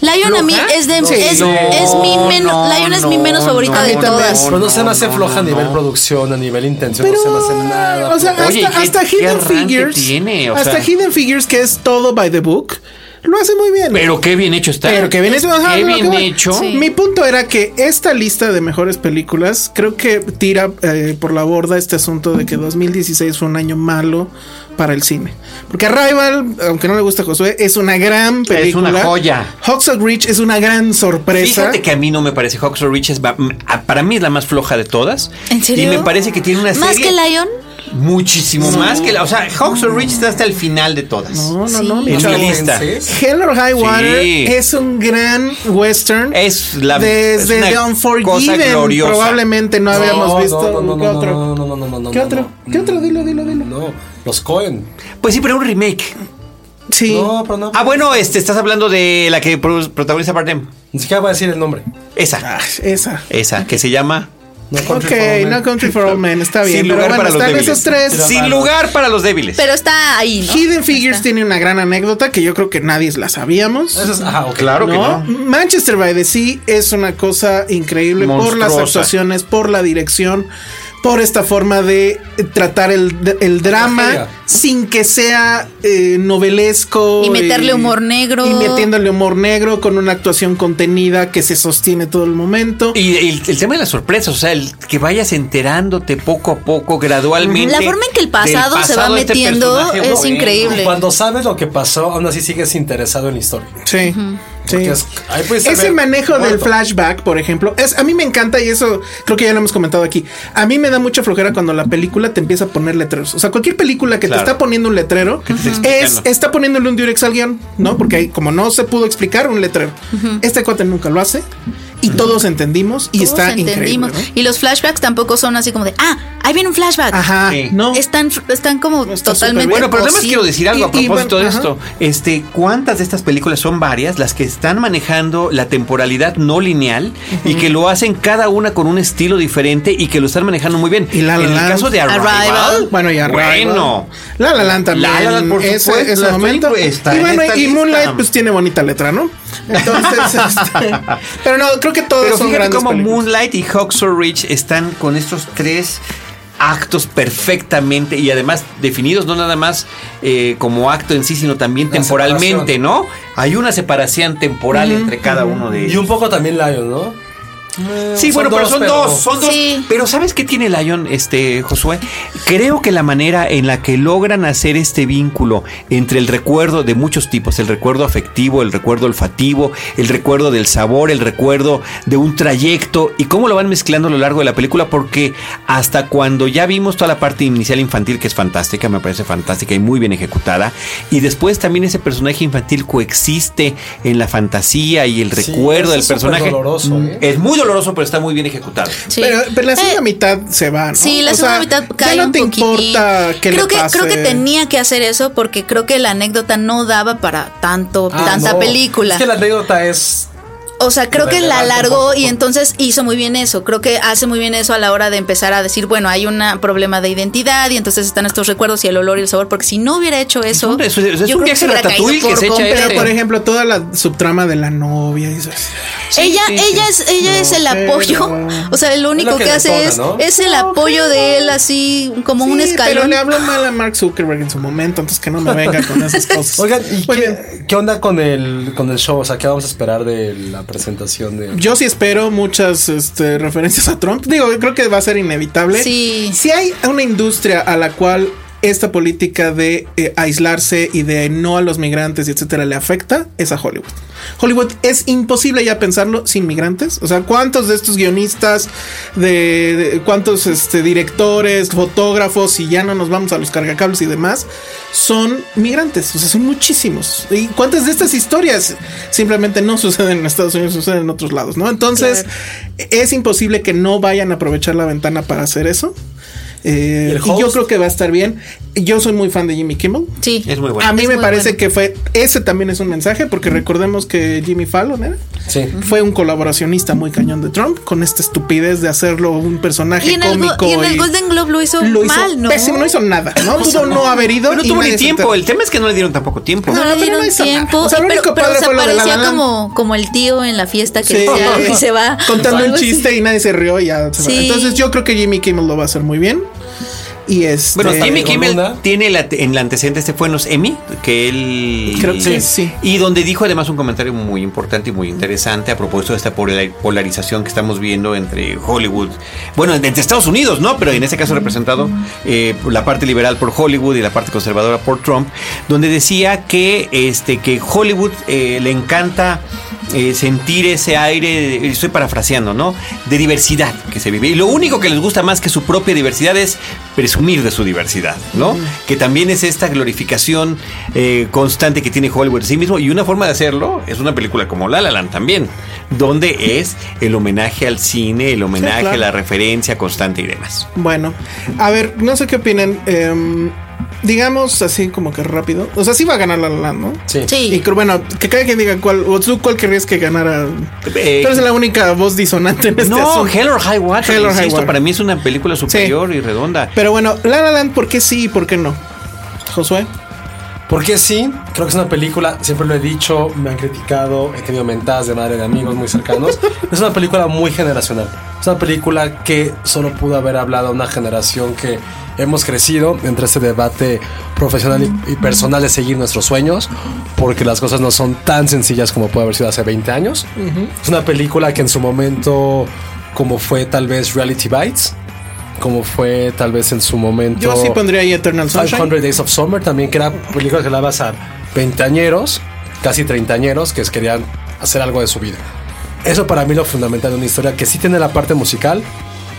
Speaker 4: Lion a mí es de, es, es mi menos, Lion es mi menos favorita de
Speaker 3: no,
Speaker 4: todas.
Speaker 6: Pues no se me hace floja a nivel producción, a nivel intención,
Speaker 3: Pero,
Speaker 6: no se me hace nada.
Speaker 3: o sea, hasta,
Speaker 5: Oye, ¿qué-
Speaker 3: hasta
Speaker 5: qué
Speaker 3: Hidden
Speaker 5: arranque
Speaker 3: Figures,
Speaker 5: tiene? O
Speaker 3: hasta
Speaker 5: sea-
Speaker 3: Hidden Figures que es todo by the book, lo hace muy bien.
Speaker 5: Pero qué bien hecho está.
Speaker 3: Pero que bien hecho. ajá,
Speaker 5: Qué
Speaker 3: lo que
Speaker 5: bien
Speaker 3: voy.
Speaker 5: hecho.
Speaker 4: Sí.
Speaker 3: Mi punto era que esta lista de mejores películas creo que tira eh, por la borda este asunto de que 2016 fue un año malo para el cine. Porque Rival, aunque no le gusta a Josué, es una gran película.
Speaker 5: una joya.
Speaker 3: Hawks Reach es una gran sorpresa.
Speaker 5: Fíjate que a mí no me parece Hawks or Riches va- m- a- para mí es la más floja de todas.
Speaker 4: ¿En serio?
Speaker 5: Y me parece que tiene una serie
Speaker 4: Más que Lion,
Speaker 5: muchísimo más que la, o sea, Hawks or Riches está hasta el final de todas.
Speaker 3: no, no,
Speaker 4: Sí.
Speaker 3: no.
Speaker 5: en
Speaker 3: mira.
Speaker 5: mi lista.
Speaker 3: Hell or High Water
Speaker 5: Sí.
Speaker 3: es un gran western.
Speaker 5: Es la es
Speaker 3: desde
Speaker 5: una
Speaker 3: The
Speaker 5: cosa
Speaker 3: Unforgiven
Speaker 5: gloriosa.
Speaker 3: probablemente no habíamos
Speaker 6: No,
Speaker 3: visto
Speaker 6: no, no,
Speaker 3: ¿Qué
Speaker 6: no,
Speaker 3: otro?
Speaker 6: no, no, no, no, no, no,
Speaker 3: ¿Qué
Speaker 6: no,
Speaker 3: otro?
Speaker 6: no.
Speaker 3: ¿Qué otro? Dilo, dilo, dilo.
Speaker 6: No, los Cohen.
Speaker 5: Pues sí, pero un remake.
Speaker 3: Sí.
Speaker 6: No, pero no.
Speaker 5: Ah, bueno, este estás hablando de la que pro- protagoniza Bardem.
Speaker 6: Ni siquiera voy a decir el nombre.
Speaker 5: Esa.
Speaker 3: Ah, esa.
Speaker 5: Esa que se llama
Speaker 6: No Country
Speaker 3: Ok,
Speaker 6: for Old Men.
Speaker 3: No Country for Old Men, está bien.
Speaker 5: Sin
Speaker 3: pero
Speaker 5: lugar
Speaker 3: bueno,
Speaker 5: para los
Speaker 3: están
Speaker 5: débiles.
Speaker 3: esos tres.
Speaker 5: Sin lugar para los débiles.
Speaker 4: pero está ahí, ¿no?
Speaker 3: Hidden Figures tiene una gran anécdota que yo creo que nadie la sabíamos.
Speaker 6: Eso es- ajá, ok.
Speaker 5: claro que
Speaker 3: ¿no?
Speaker 5: no.
Speaker 3: Ah, Manchester by the Sea es una cosa increíble por las
Speaker 5: Monstruosa.
Speaker 3: actuaciones, por la dirección, por esta forma de tratar el, el drama
Speaker 6: Tragedia.
Speaker 3: sin que sea eh, novelesco.
Speaker 4: Y meterle humor negro.
Speaker 3: Y metiéndole humor negro con una actuación contenida que se sostiene todo el momento.
Speaker 5: Y el, el tema de las sorpresas, o sea, el que vayas enterándote poco a poco, gradualmente.
Speaker 4: La forma en que el pasado
Speaker 5: del
Speaker 4: se va
Speaker 5: de este
Speaker 4: metiendo
Speaker 5: personaje,
Speaker 4: es
Speaker 5: bueno.
Speaker 4: increíble.
Speaker 6: Cuando sabes lo que pasó, aún así sigues interesado en la historia.
Speaker 3: Sí. sí.
Speaker 6: Que es- ahí puedes
Speaker 3: Ese
Speaker 6: saber
Speaker 3: manejo del
Speaker 6: cuánto.
Speaker 3: flashback, por ejemplo, es a mí me encanta y eso creo que ya lo hemos comentado aquí. A mí me da mucha flojera cuando la película te empieza a poner letreros. O sea, cualquier película que
Speaker 5: Claro.
Speaker 3: te está poniendo un letrero es
Speaker 5: explicando.
Speaker 3: está poniéndole un diurex al guión, ¿no? Porque ahí, como no se pudo explicar un letrero. Este cuate nunca lo hace y todos entendimos y
Speaker 4: Todos
Speaker 3: está
Speaker 4: entendimos.
Speaker 3: increíble. ¿no?
Speaker 4: Y los flashbacks tampoco son así como de, ah, ahí viene un flashback.
Speaker 3: Ajá,
Speaker 5: Sí.
Speaker 3: no.
Speaker 4: Están, están como
Speaker 3: Está súper
Speaker 4: totalmente.
Speaker 3: bien.
Speaker 5: Bueno, pero además
Speaker 4: cosidos.
Speaker 5: quiero decir algo a
Speaker 3: Y- y
Speaker 5: propósito de
Speaker 3: bueno,
Speaker 5: esto. Este, ¿cuántas de estas películas son varias las que están manejando la temporalidad no lineal y que lo hacen cada una con un estilo diferente y que lo están manejando muy bien?
Speaker 3: Y La La
Speaker 5: en el
Speaker 3: Land.
Speaker 5: caso de Arrival,
Speaker 4: Arrival.
Speaker 3: Bueno, ya
Speaker 5: Bueno.
Speaker 3: La La Land también.
Speaker 5: La La Land, por
Speaker 3: ese-
Speaker 5: supuesto,
Speaker 3: ese
Speaker 5: la estoy-
Speaker 3: momento.
Speaker 5: está
Speaker 3: y
Speaker 5: en
Speaker 3: bueno,
Speaker 5: esta
Speaker 3: y
Speaker 5: lista.
Speaker 3: Moonlight pues tiene bonita letra, ¿no? Entonces,
Speaker 5: [laughs]
Speaker 3: este, pero no, creo que todos
Speaker 5: Pero
Speaker 3: son
Speaker 5: fíjate
Speaker 3: grandes
Speaker 5: cómo
Speaker 3: películas.
Speaker 5: Moonlight y Hawksaw Ridge están con estos tres actos perfectamente y además definidos no nada más eh, como acto en sí sino también
Speaker 6: La
Speaker 5: temporalmente
Speaker 6: separación.
Speaker 5: no hay una separación temporal entre cada uno de ellos
Speaker 6: Y un poco también Lion, ¿no?
Speaker 5: Sí,
Speaker 6: Son
Speaker 5: bueno, pero
Speaker 6: dos,
Speaker 5: son
Speaker 6: pero-
Speaker 5: dos, son dos.
Speaker 4: Sí.
Speaker 5: Pero ¿sabes qué tiene Lion, este, Josué? Creo que la manera en la que logran hacer este vínculo entre el recuerdo de muchos tipos, el recuerdo afectivo, el recuerdo olfativo, el recuerdo del sabor, el recuerdo de un trayecto, y cómo lo van mezclando a lo largo de la película, porque hasta cuando ya vimos toda la parte inicial infantil, que es fantástica, me parece fantástica y muy bien ejecutada, y después también ese personaje infantil coexiste en la fantasía y el
Speaker 6: Sí, eso
Speaker 5: recuerdo del
Speaker 6: es súper
Speaker 5: personaje.
Speaker 6: doloroso,
Speaker 3: Mm.
Speaker 6: ¿eh?
Speaker 5: Es muy doloroso, pero está muy bien ejecutado.
Speaker 4: Sí.
Speaker 3: Pero, pero la segunda
Speaker 4: Eh,
Speaker 3: mitad se va, ¿no?
Speaker 4: Sí, la
Speaker 3: O
Speaker 4: segunda
Speaker 3: sea,
Speaker 4: mitad cae
Speaker 3: Ya no
Speaker 4: un
Speaker 3: te
Speaker 4: poquitín.
Speaker 3: importa que
Speaker 4: creo
Speaker 3: le
Speaker 4: que
Speaker 3: pase.
Speaker 4: creo que tenía que hacer eso porque creo que la anécdota no daba para tanto
Speaker 6: Ah,
Speaker 4: tanta
Speaker 6: no.
Speaker 4: película.
Speaker 6: Es que la anécdota es.
Speaker 4: O sea, creo que la
Speaker 6: Relevante
Speaker 4: alargó
Speaker 6: poco.
Speaker 4: y entonces hizo muy bien eso. Creo que hace muy bien eso a la hora de empezar a decir, bueno, hay un problema de identidad y entonces están estos recuerdos y el olor y el sabor. Porque si no hubiera hecho eso,
Speaker 5: Hombre, eso es- eso es
Speaker 4: yo creo que
Speaker 5: un viaje
Speaker 4: se hubiera caído
Speaker 5: ratatouille que
Speaker 4: por
Speaker 5: se echa
Speaker 4: completo.
Speaker 3: Pero,
Speaker 5: este.
Speaker 3: por ejemplo, toda la subtrama de la novia. y eso es-
Speaker 4: ella, ella es, ella es el
Speaker 3: Pero-
Speaker 4: apoyo. [laughs] O sea, lo único
Speaker 6: lo
Speaker 4: que,
Speaker 6: que
Speaker 4: hace
Speaker 6: detona,
Speaker 4: es,
Speaker 6: ¿no?
Speaker 4: es el apoyo de él así como un
Speaker 3: Sí,
Speaker 4: escalón.
Speaker 3: Pero le habló mal a Mark Zuckerberg en su momento, entonces que no me venga
Speaker 4: [laughs]
Speaker 3: con esas cosas.
Speaker 6: Oigan, ¿y
Speaker 3: Muy bien.
Speaker 6: qué, qué onda con el, con el show? O sea, ¿qué vamos a esperar de la presentación de.?
Speaker 3: Yo sí espero muchas este, referencias a Trump. Digo, creo que va a ser inevitable.
Speaker 4: Sí.
Speaker 3: Si hay una industria a la cual esta política de eh, aislarse y de no a los migrantes y etcétera le afecta es a Hollywood. Hollywood es imposible ya pensarlo sin migrantes. O sea, ¿cuántos de estos guionistas, de, de- cuántos este, directores, fotógrafos y ya no nos vamos a los cargacables y demás son migrantes? O sea, son muchísimos. ¿Y cuántas de estas historias simplemente no suceden en Estados Unidos, suceden en otros lados, no? Entonces es imposible que no vayan a aprovechar la ventana para hacer eso. Eh,
Speaker 2: ¿Y el
Speaker 3: y yo
Speaker 2: host?
Speaker 3: creo que va a estar bien. Yo soy muy fan de Jimmy Kimmel.
Speaker 4: Sí.
Speaker 5: Es muy bueno.
Speaker 3: A mí
Speaker 4: Es
Speaker 3: me
Speaker 4: muy
Speaker 3: parece
Speaker 4: bueno.
Speaker 3: que fue ese también es un mensaje porque recordemos que Jimmy Fallon ¿eh?
Speaker 2: Sí.
Speaker 3: fue un colaboracionista muy cañón de Trump con esta estupidez de hacerlo un personaje
Speaker 4: Y en, el,
Speaker 3: cómico
Speaker 4: go- y en el
Speaker 3: y
Speaker 4: Golden Globe lo hizo
Speaker 3: lo hizo
Speaker 4: mal, ¿no?
Speaker 3: pésimo, no hizo nada, no pudo no haber ido
Speaker 5: Pero Pues
Speaker 3: y
Speaker 5: no tuvo ni
Speaker 3: nadie se
Speaker 5: tiempo.
Speaker 4: [laughs]
Speaker 3: enteró.
Speaker 5: El tema es que no le dieron tampoco tiempo.
Speaker 4: No
Speaker 3: No,
Speaker 4: le
Speaker 3: pero no
Speaker 4: dieron
Speaker 3: hizo nada.
Speaker 4: tiempo.
Speaker 3: O sea, lo
Speaker 4: y- pero
Speaker 3: único
Speaker 4: pero
Speaker 3: padre
Speaker 4: se
Speaker 3: fue lo de La
Speaker 4: parecía
Speaker 3: La Land.
Speaker 4: como, como el tío en la fiesta que
Speaker 3: Sí.
Speaker 4: dice
Speaker 3: [laughs]
Speaker 4: algo y se va.
Speaker 3: contando
Speaker 4: O
Speaker 3: un
Speaker 4: algo así.
Speaker 3: chiste y nadie se rió y ya se va.
Speaker 4: Sí.
Speaker 3: Entonces yo creo que Jimmy Kimmel lo va a hacer muy bien. Y este
Speaker 5: Bueno, Jimmy
Speaker 2: con
Speaker 5: Kimmel
Speaker 2: onda.
Speaker 5: tiene la- en el antecedente, este fue en los Emmy, que él...
Speaker 3: Creo que sí, sí.
Speaker 5: Y donde dijo además un comentario muy importante y muy interesante a propósito de esta polar- polarización que estamos viendo entre Hollywood, bueno, entre Estados Unidos, ¿no? Pero en este caso representado eh, por la parte liberal por Hollywood y la parte conservadora por Trump, donde decía que, este, que Hollywood eh, le encanta... eh, sentir ese aire, de- estoy parafraseando, ¿no? De diversidad que se vive. Y lo único que les gusta más que su propia diversidad es presumir de su diversidad, ¿no? Que también es esta glorificación eh, constante que tiene Hollywood en sí mismo. Y una forma de hacerlo es una película como La La Land también, donde es el homenaje al cine, el homenaje,
Speaker 3: claro.
Speaker 5: la referencia constante y demás.
Speaker 3: Bueno, a ver, no sé qué opinan. em, digamos así como que rápido. O sea, sí va a ganar la La Land, ¿no?
Speaker 2: Sí.
Speaker 3: Y
Speaker 4: Sí.
Speaker 3: que, bueno, que cada quien diga cuál, o tú cuál querrías que ganara.
Speaker 5: Eh,
Speaker 3: Tú eres la única voz disonante en este
Speaker 5: no,
Speaker 3: asunto.
Speaker 5: Hell or High Water,
Speaker 3: Hell or High
Speaker 5: insisto,
Speaker 3: Water.
Speaker 5: para mí es una película superior y redonda.
Speaker 3: Pero bueno, La La Land, ¿por qué sí y por qué no? Josué.
Speaker 2: Porque sí, creo que es una película, siempre lo he dicho, me han criticado, he tenido mentadas de madre de amigos muy
Speaker 3: [laughs]
Speaker 2: cercanos. es una película muy generacional. Es una película que solo pudo haber hablado a una generación que hemos crecido entre ese debate profesional y, y personal de seguir nuestros sueños, porque las cosas no son tan sencillas como puede haber sido hace 20 años. Es una película que en su momento, como fue tal vez Reality Bites, como fue tal vez en su momento...
Speaker 3: Yo sí pondría ahí Eternal Sunshine.
Speaker 2: 500 Days of Summer también, que era películas que dabas a veinteañeros, casi treintañeros, que querían hacer algo de su vida. Eso para mí es lo fundamental de una historia que sí tiene la parte musical,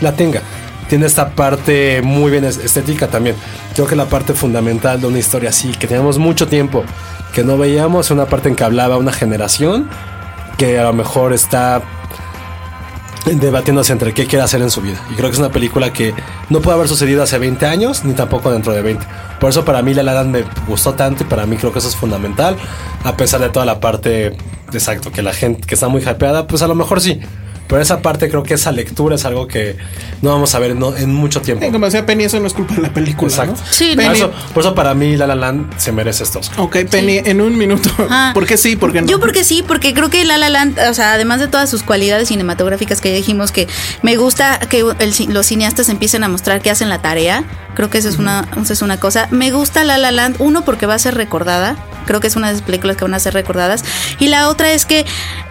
Speaker 2: la tenga. Tiene esta parte muy bien es- estética también. Creo que la parte fundamental de una historia así, que teníamos mucho tiempo, que no veíamos, una parte en que hablaba una generación que a lo mejor está debatiéndose entre qué quiere hacer en su vida. Y creo que es una película que no puede haber sucedido hace 20 años, ni tampoco dentro de 20. Por eso para mí La La Land me gustó tanto y para mí creo que eso es fundamental, a pesar de toda la parte, exacto, que la gente que está muy hypeada, pues a lo mejor sí. Pero esa parte creo que esa lectura es algo que no vamos a ver no- en mucho tiempo.
Speaker 3: Eh, Como decía Penny, eso no es culpa de la película. ¿no?
Speaker 2: Exacto.
Speaker 4: Sí,
Speaker 2: Por
Speaker 4: no.
Speaker 3: Penny.
Speaker 2: eso, por eso para mí La La Land se merece este estos.
Speaker 3: Ok, Penny, en un minuto.
Speaker 4: Ah.
Speaker 3: ¿Por qué sí? ¿Por qué no?
Speaker 4: Yo porque sí, porque creo que La La Land, o sea, además de todas sus cualidades cinematográficas que ya dijimos que me gusta que el ci- los cineastas empiecen a mostrar que hacen la tarea, creo que eso es una eso es una cosa. Me gusta La La Land uno porque va a ser recordada, creo que es una de las películas que van a ser recordadas y la otra es que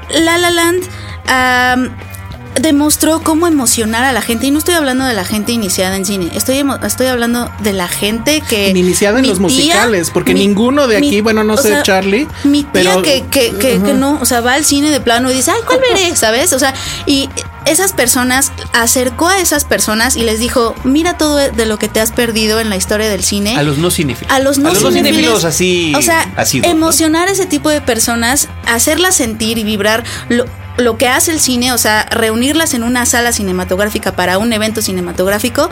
Speaker 4: La La Land am, demostró cómo emocionar a la gente y no estoy hablando de la gente iniciada en cine, estoy emo- estoy hablando de la gente que
Speaker 3: Iniciada en
Speaker 4: mi
Speaker 3: los
Speaker 4: tía,
Speaker 3: musicales, porque
Speaker 4: mi-
Speaker 3: ninguno de
Speaker 4: mi-
Speaker 3: aquí, bueno, no
Speaker 4: o
Speaker 3: sé,
Speaker 4: sea,
Speaker 3: Charlie,
Speaker 4: Mi tía
Speaker 3: pero-
Speaker 4: que, que, que- que no, o sea, va al cine de plano y dice, ay, ¿cuál veré? ¿Sabes? O sea, y esas personas, acercó a esas personas y les dijo, mira todo de lo que te has perdido en la historia del cine.
Speaker 5: A los no cinéfilos.
Speaker 4: A los no cinéfilos,
Speaker 5: así.
Speaker 4: O sea,
Speaker 5: ácidos, ¿no?
Speaker 4: emocionar a ese tipo de personas, hacerlas sentir y vibrar lo, lo que hace el cine, o sea, reunirlas en una sala cinematográfica para un evento cinematográfico,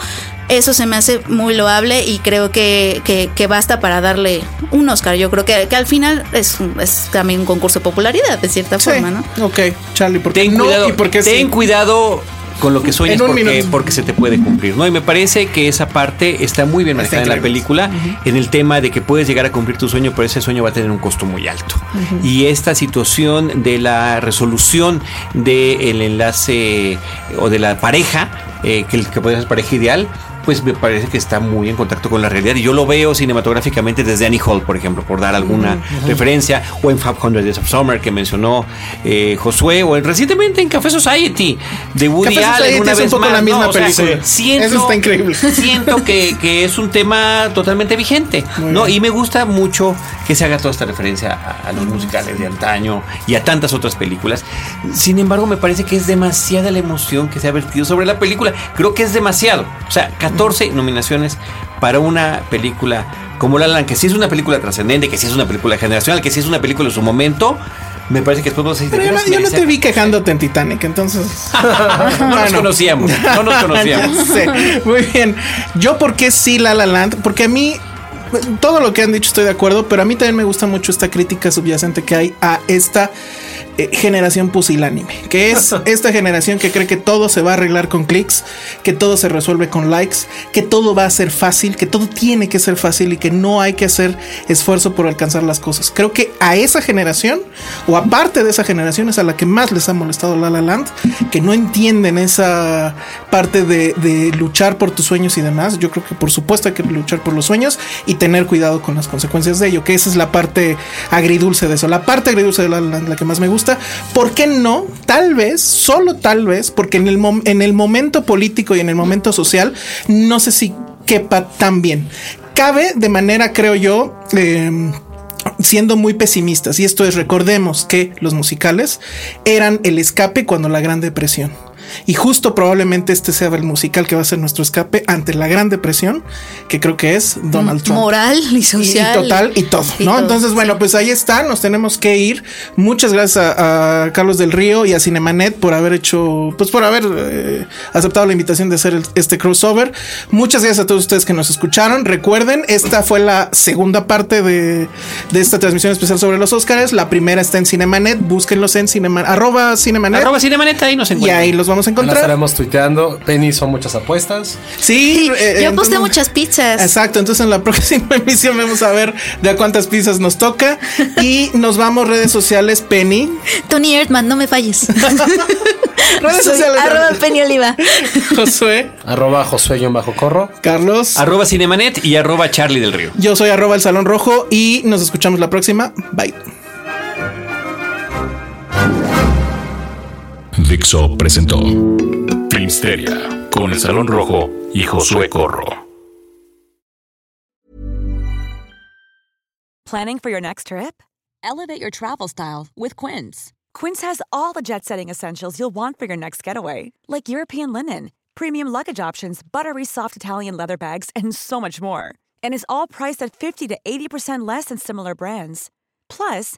Speaker 4: eso se me hace muy loable y creo que, que- que basta para darle un Oscar. Yo creo que, que al final es, un- es también un concurso de popularidad, de cierta
Speaker 3: Sí.
Speaker 4: forma, ¿no?
Speaker 3: Ok, Charlie, ¿por qué
Speaker 5: ten
Speaker 3: no?
Speaker 5: cuidado,
Speaker 3: ¿Y por qué
Speaker 5: ten
Speaker 3: sí?
Speaker 5: cuidado con lo que sueñas
Speaker 3: En un
Speaker 5: porque,
Speaker 3: minuto.
Speaker 5: porque se te puede cumplir, ¿no? Y me parece que esa parte está muy bien manejada en la película, en el tema de que puedes llegar a cumplir tu sueño, pero ese sueño va a tener un costo muy alto. Y esta situación de la resolución del enlace eh, o de la pareja, eh, que, que podría ser pareja ideal, pues me parece que está muy en contacto con la realidad. Y yo lo veo cinematográficamente desde Annie Hall, por ejemplo, por dar alguna referencia, o en Fab 100 Days of Summer que mencionó eh, Josué, o en- recientemente en Café Society de Woody
Speaker 3: Café
Speaker 5: Allen.
Speaker 3: Society
Speaker 5: una
Speaker 3: es un
Speaker 5: vez
Speaker 3: poco
Speaker 5: más,
Speaker 3: la
Speaker 5: ¿no?
Speaker 3: misma
Speaker 5: O sea,
Speaker 3: película.
Speaker 5: siento-
Speaker 3: Eso está increíble.
Speaker 5: Siento
Speaker 3: [laughs]
Speaker 5: que, que es un tema totalmente vigente, ¿no? Y me gusta mucho que se haga toda esta referencia a, a los musicales de antaño y a tantas otras películas. Sin embargo, me parece que es demasiada la emoción que se ha vertido sobre la película. Creo que es demasiado. O sea, 14 nominaciones para una película como La La Land, que sí es una película trascendente, que sí es una película generacional, que sí es una película en su momento. Me parece que después vos decís,
Speaker 3: Pero
Speaker 5: "¿De
Speaker 3: yo no,
Speaker 5: veras
Speaker 3: yo no
Speaker 5: merecía
Speaker 3: te vi quejándote en Titanic, entonces.
Speaker 5: no nos conocíamos, [laughs] no nos
Speaker 3: [laughs]
Speaker 5: conocíamos.
Speaker 3: Ya sé. Muy bien. Yo porque sí La La Land, porque a mí todo lo que han dicho estoy de acuerdo, pero a mí también me gusta mucho esta crítica subyacente que hay a esta eh, generación pusilánime, que
Speaker 5: [laughs]
Speaker 3: es esta generación que cree que todo se va a arreglar con clics, que todo se resuelve con likes, que todo va a ser fácil, que todo tiene que ser fácil y que no hay que hacer esfuerzo por alcanzar las cosas. Creo que a esa generación o aparte de esa generación es a la que más les ha molestado La La Land, que no entienden esa parte de, de luchar por tus sueños y demás. Yo creo que por supuesto hay que luchar por los sueños y tener cuidado con las consecuencias de ello, que esa es la parte agridulce de eso. La parte agridulce de La La Land, la que más me gusta. ¿Por qué no? Tal vez, solo tal vez, porque en el, mom- en el momento político y en el momento social, no sé si quepa tan bien. Cabe de manera, creo yo, em, siendo muy pesimistas. Y esto es, recordemos que los musicales eran el escape cuando la Gran Depresión. Y justo probablemente este sea el musical que va a ser nuestro escape ante la Gran Depresión, que creo que es Donald Trump.
Speaker 4: Mm, Moral y
Speaker 3: Y-
Speaker 4: social.
Speaker 3: Y, total y todo,
Speaker 4: Y
Speaker 3: ¿no?
Speaker 4: todo,
Speaker 3: Entonces, bueno,
Speaker 4: sí.
Speaker 3: pues ahí está, nos tenemos que ir. Muchas gracias a, a Carlos del Río y a Cinemanet por haber hecho, pues por haber eh, aceptado la invitación de hacer el- este crossover. Muchas gracias a todos ustedes que nos escucharon. Recuerden, esta fue la segunda parte de, de esta transmisión especial sobre los Óscares. La primera está en Cinemanet, búsquenlos en cinema, arroba Cinemanet.
Speaker 5: Arroba Cinemaneta y nos
Speaker 3: y
Speaker 5: encuentran.
Speaker 3: ahí los vamos a
Speaker 6: La
Speaker 3: encontrar.
Speaker 6: estaremos tuiteando. Penny hizo muchas apuestas.
Speaker 3: Sí,
Speaker 4: Sí,
Speaker 3: eh,
Speaker 4: yo
Speaker 3: entonces-
Speaker 4: aposté muchas pizzas.
Speaker 3: Exacto, entonces en la [laughs] próxima emisión vamos a ver de a cuántas pizzas nos toca y nos vamos redes sociales Penny.
Speaker 4: Tony Erdman, no me falles.
Speaker 3: [laughs] Redes
Speaker 4: Soy
Speaker 3: sociales
Speaker 4: Arroba Penny Oliva.
Speaker 3: Josué,
Speaker 6: Arroba Josué-Corro.
Speaker 3: Carlos.
Speaker 5: Arroba Cinemanet y arroba Charlie del Río.
Speaker 3: yo soy arroba el Salón Rojo y nos escuchamos la próxima. Bye.
Speaker 1: Dixo presentó Filmsteria con el Salón Rojo y Josué Corro.
Speaker 7: Planning for your next trip? Elevate your travel style with Quince. Quince has all the jet setting essentials you'll want for your next getaway, like European linen, premium luggage options, buttery soft Italian leather bags, and so much more. And is all priced at 50 to 80% less than similar brands. Plus,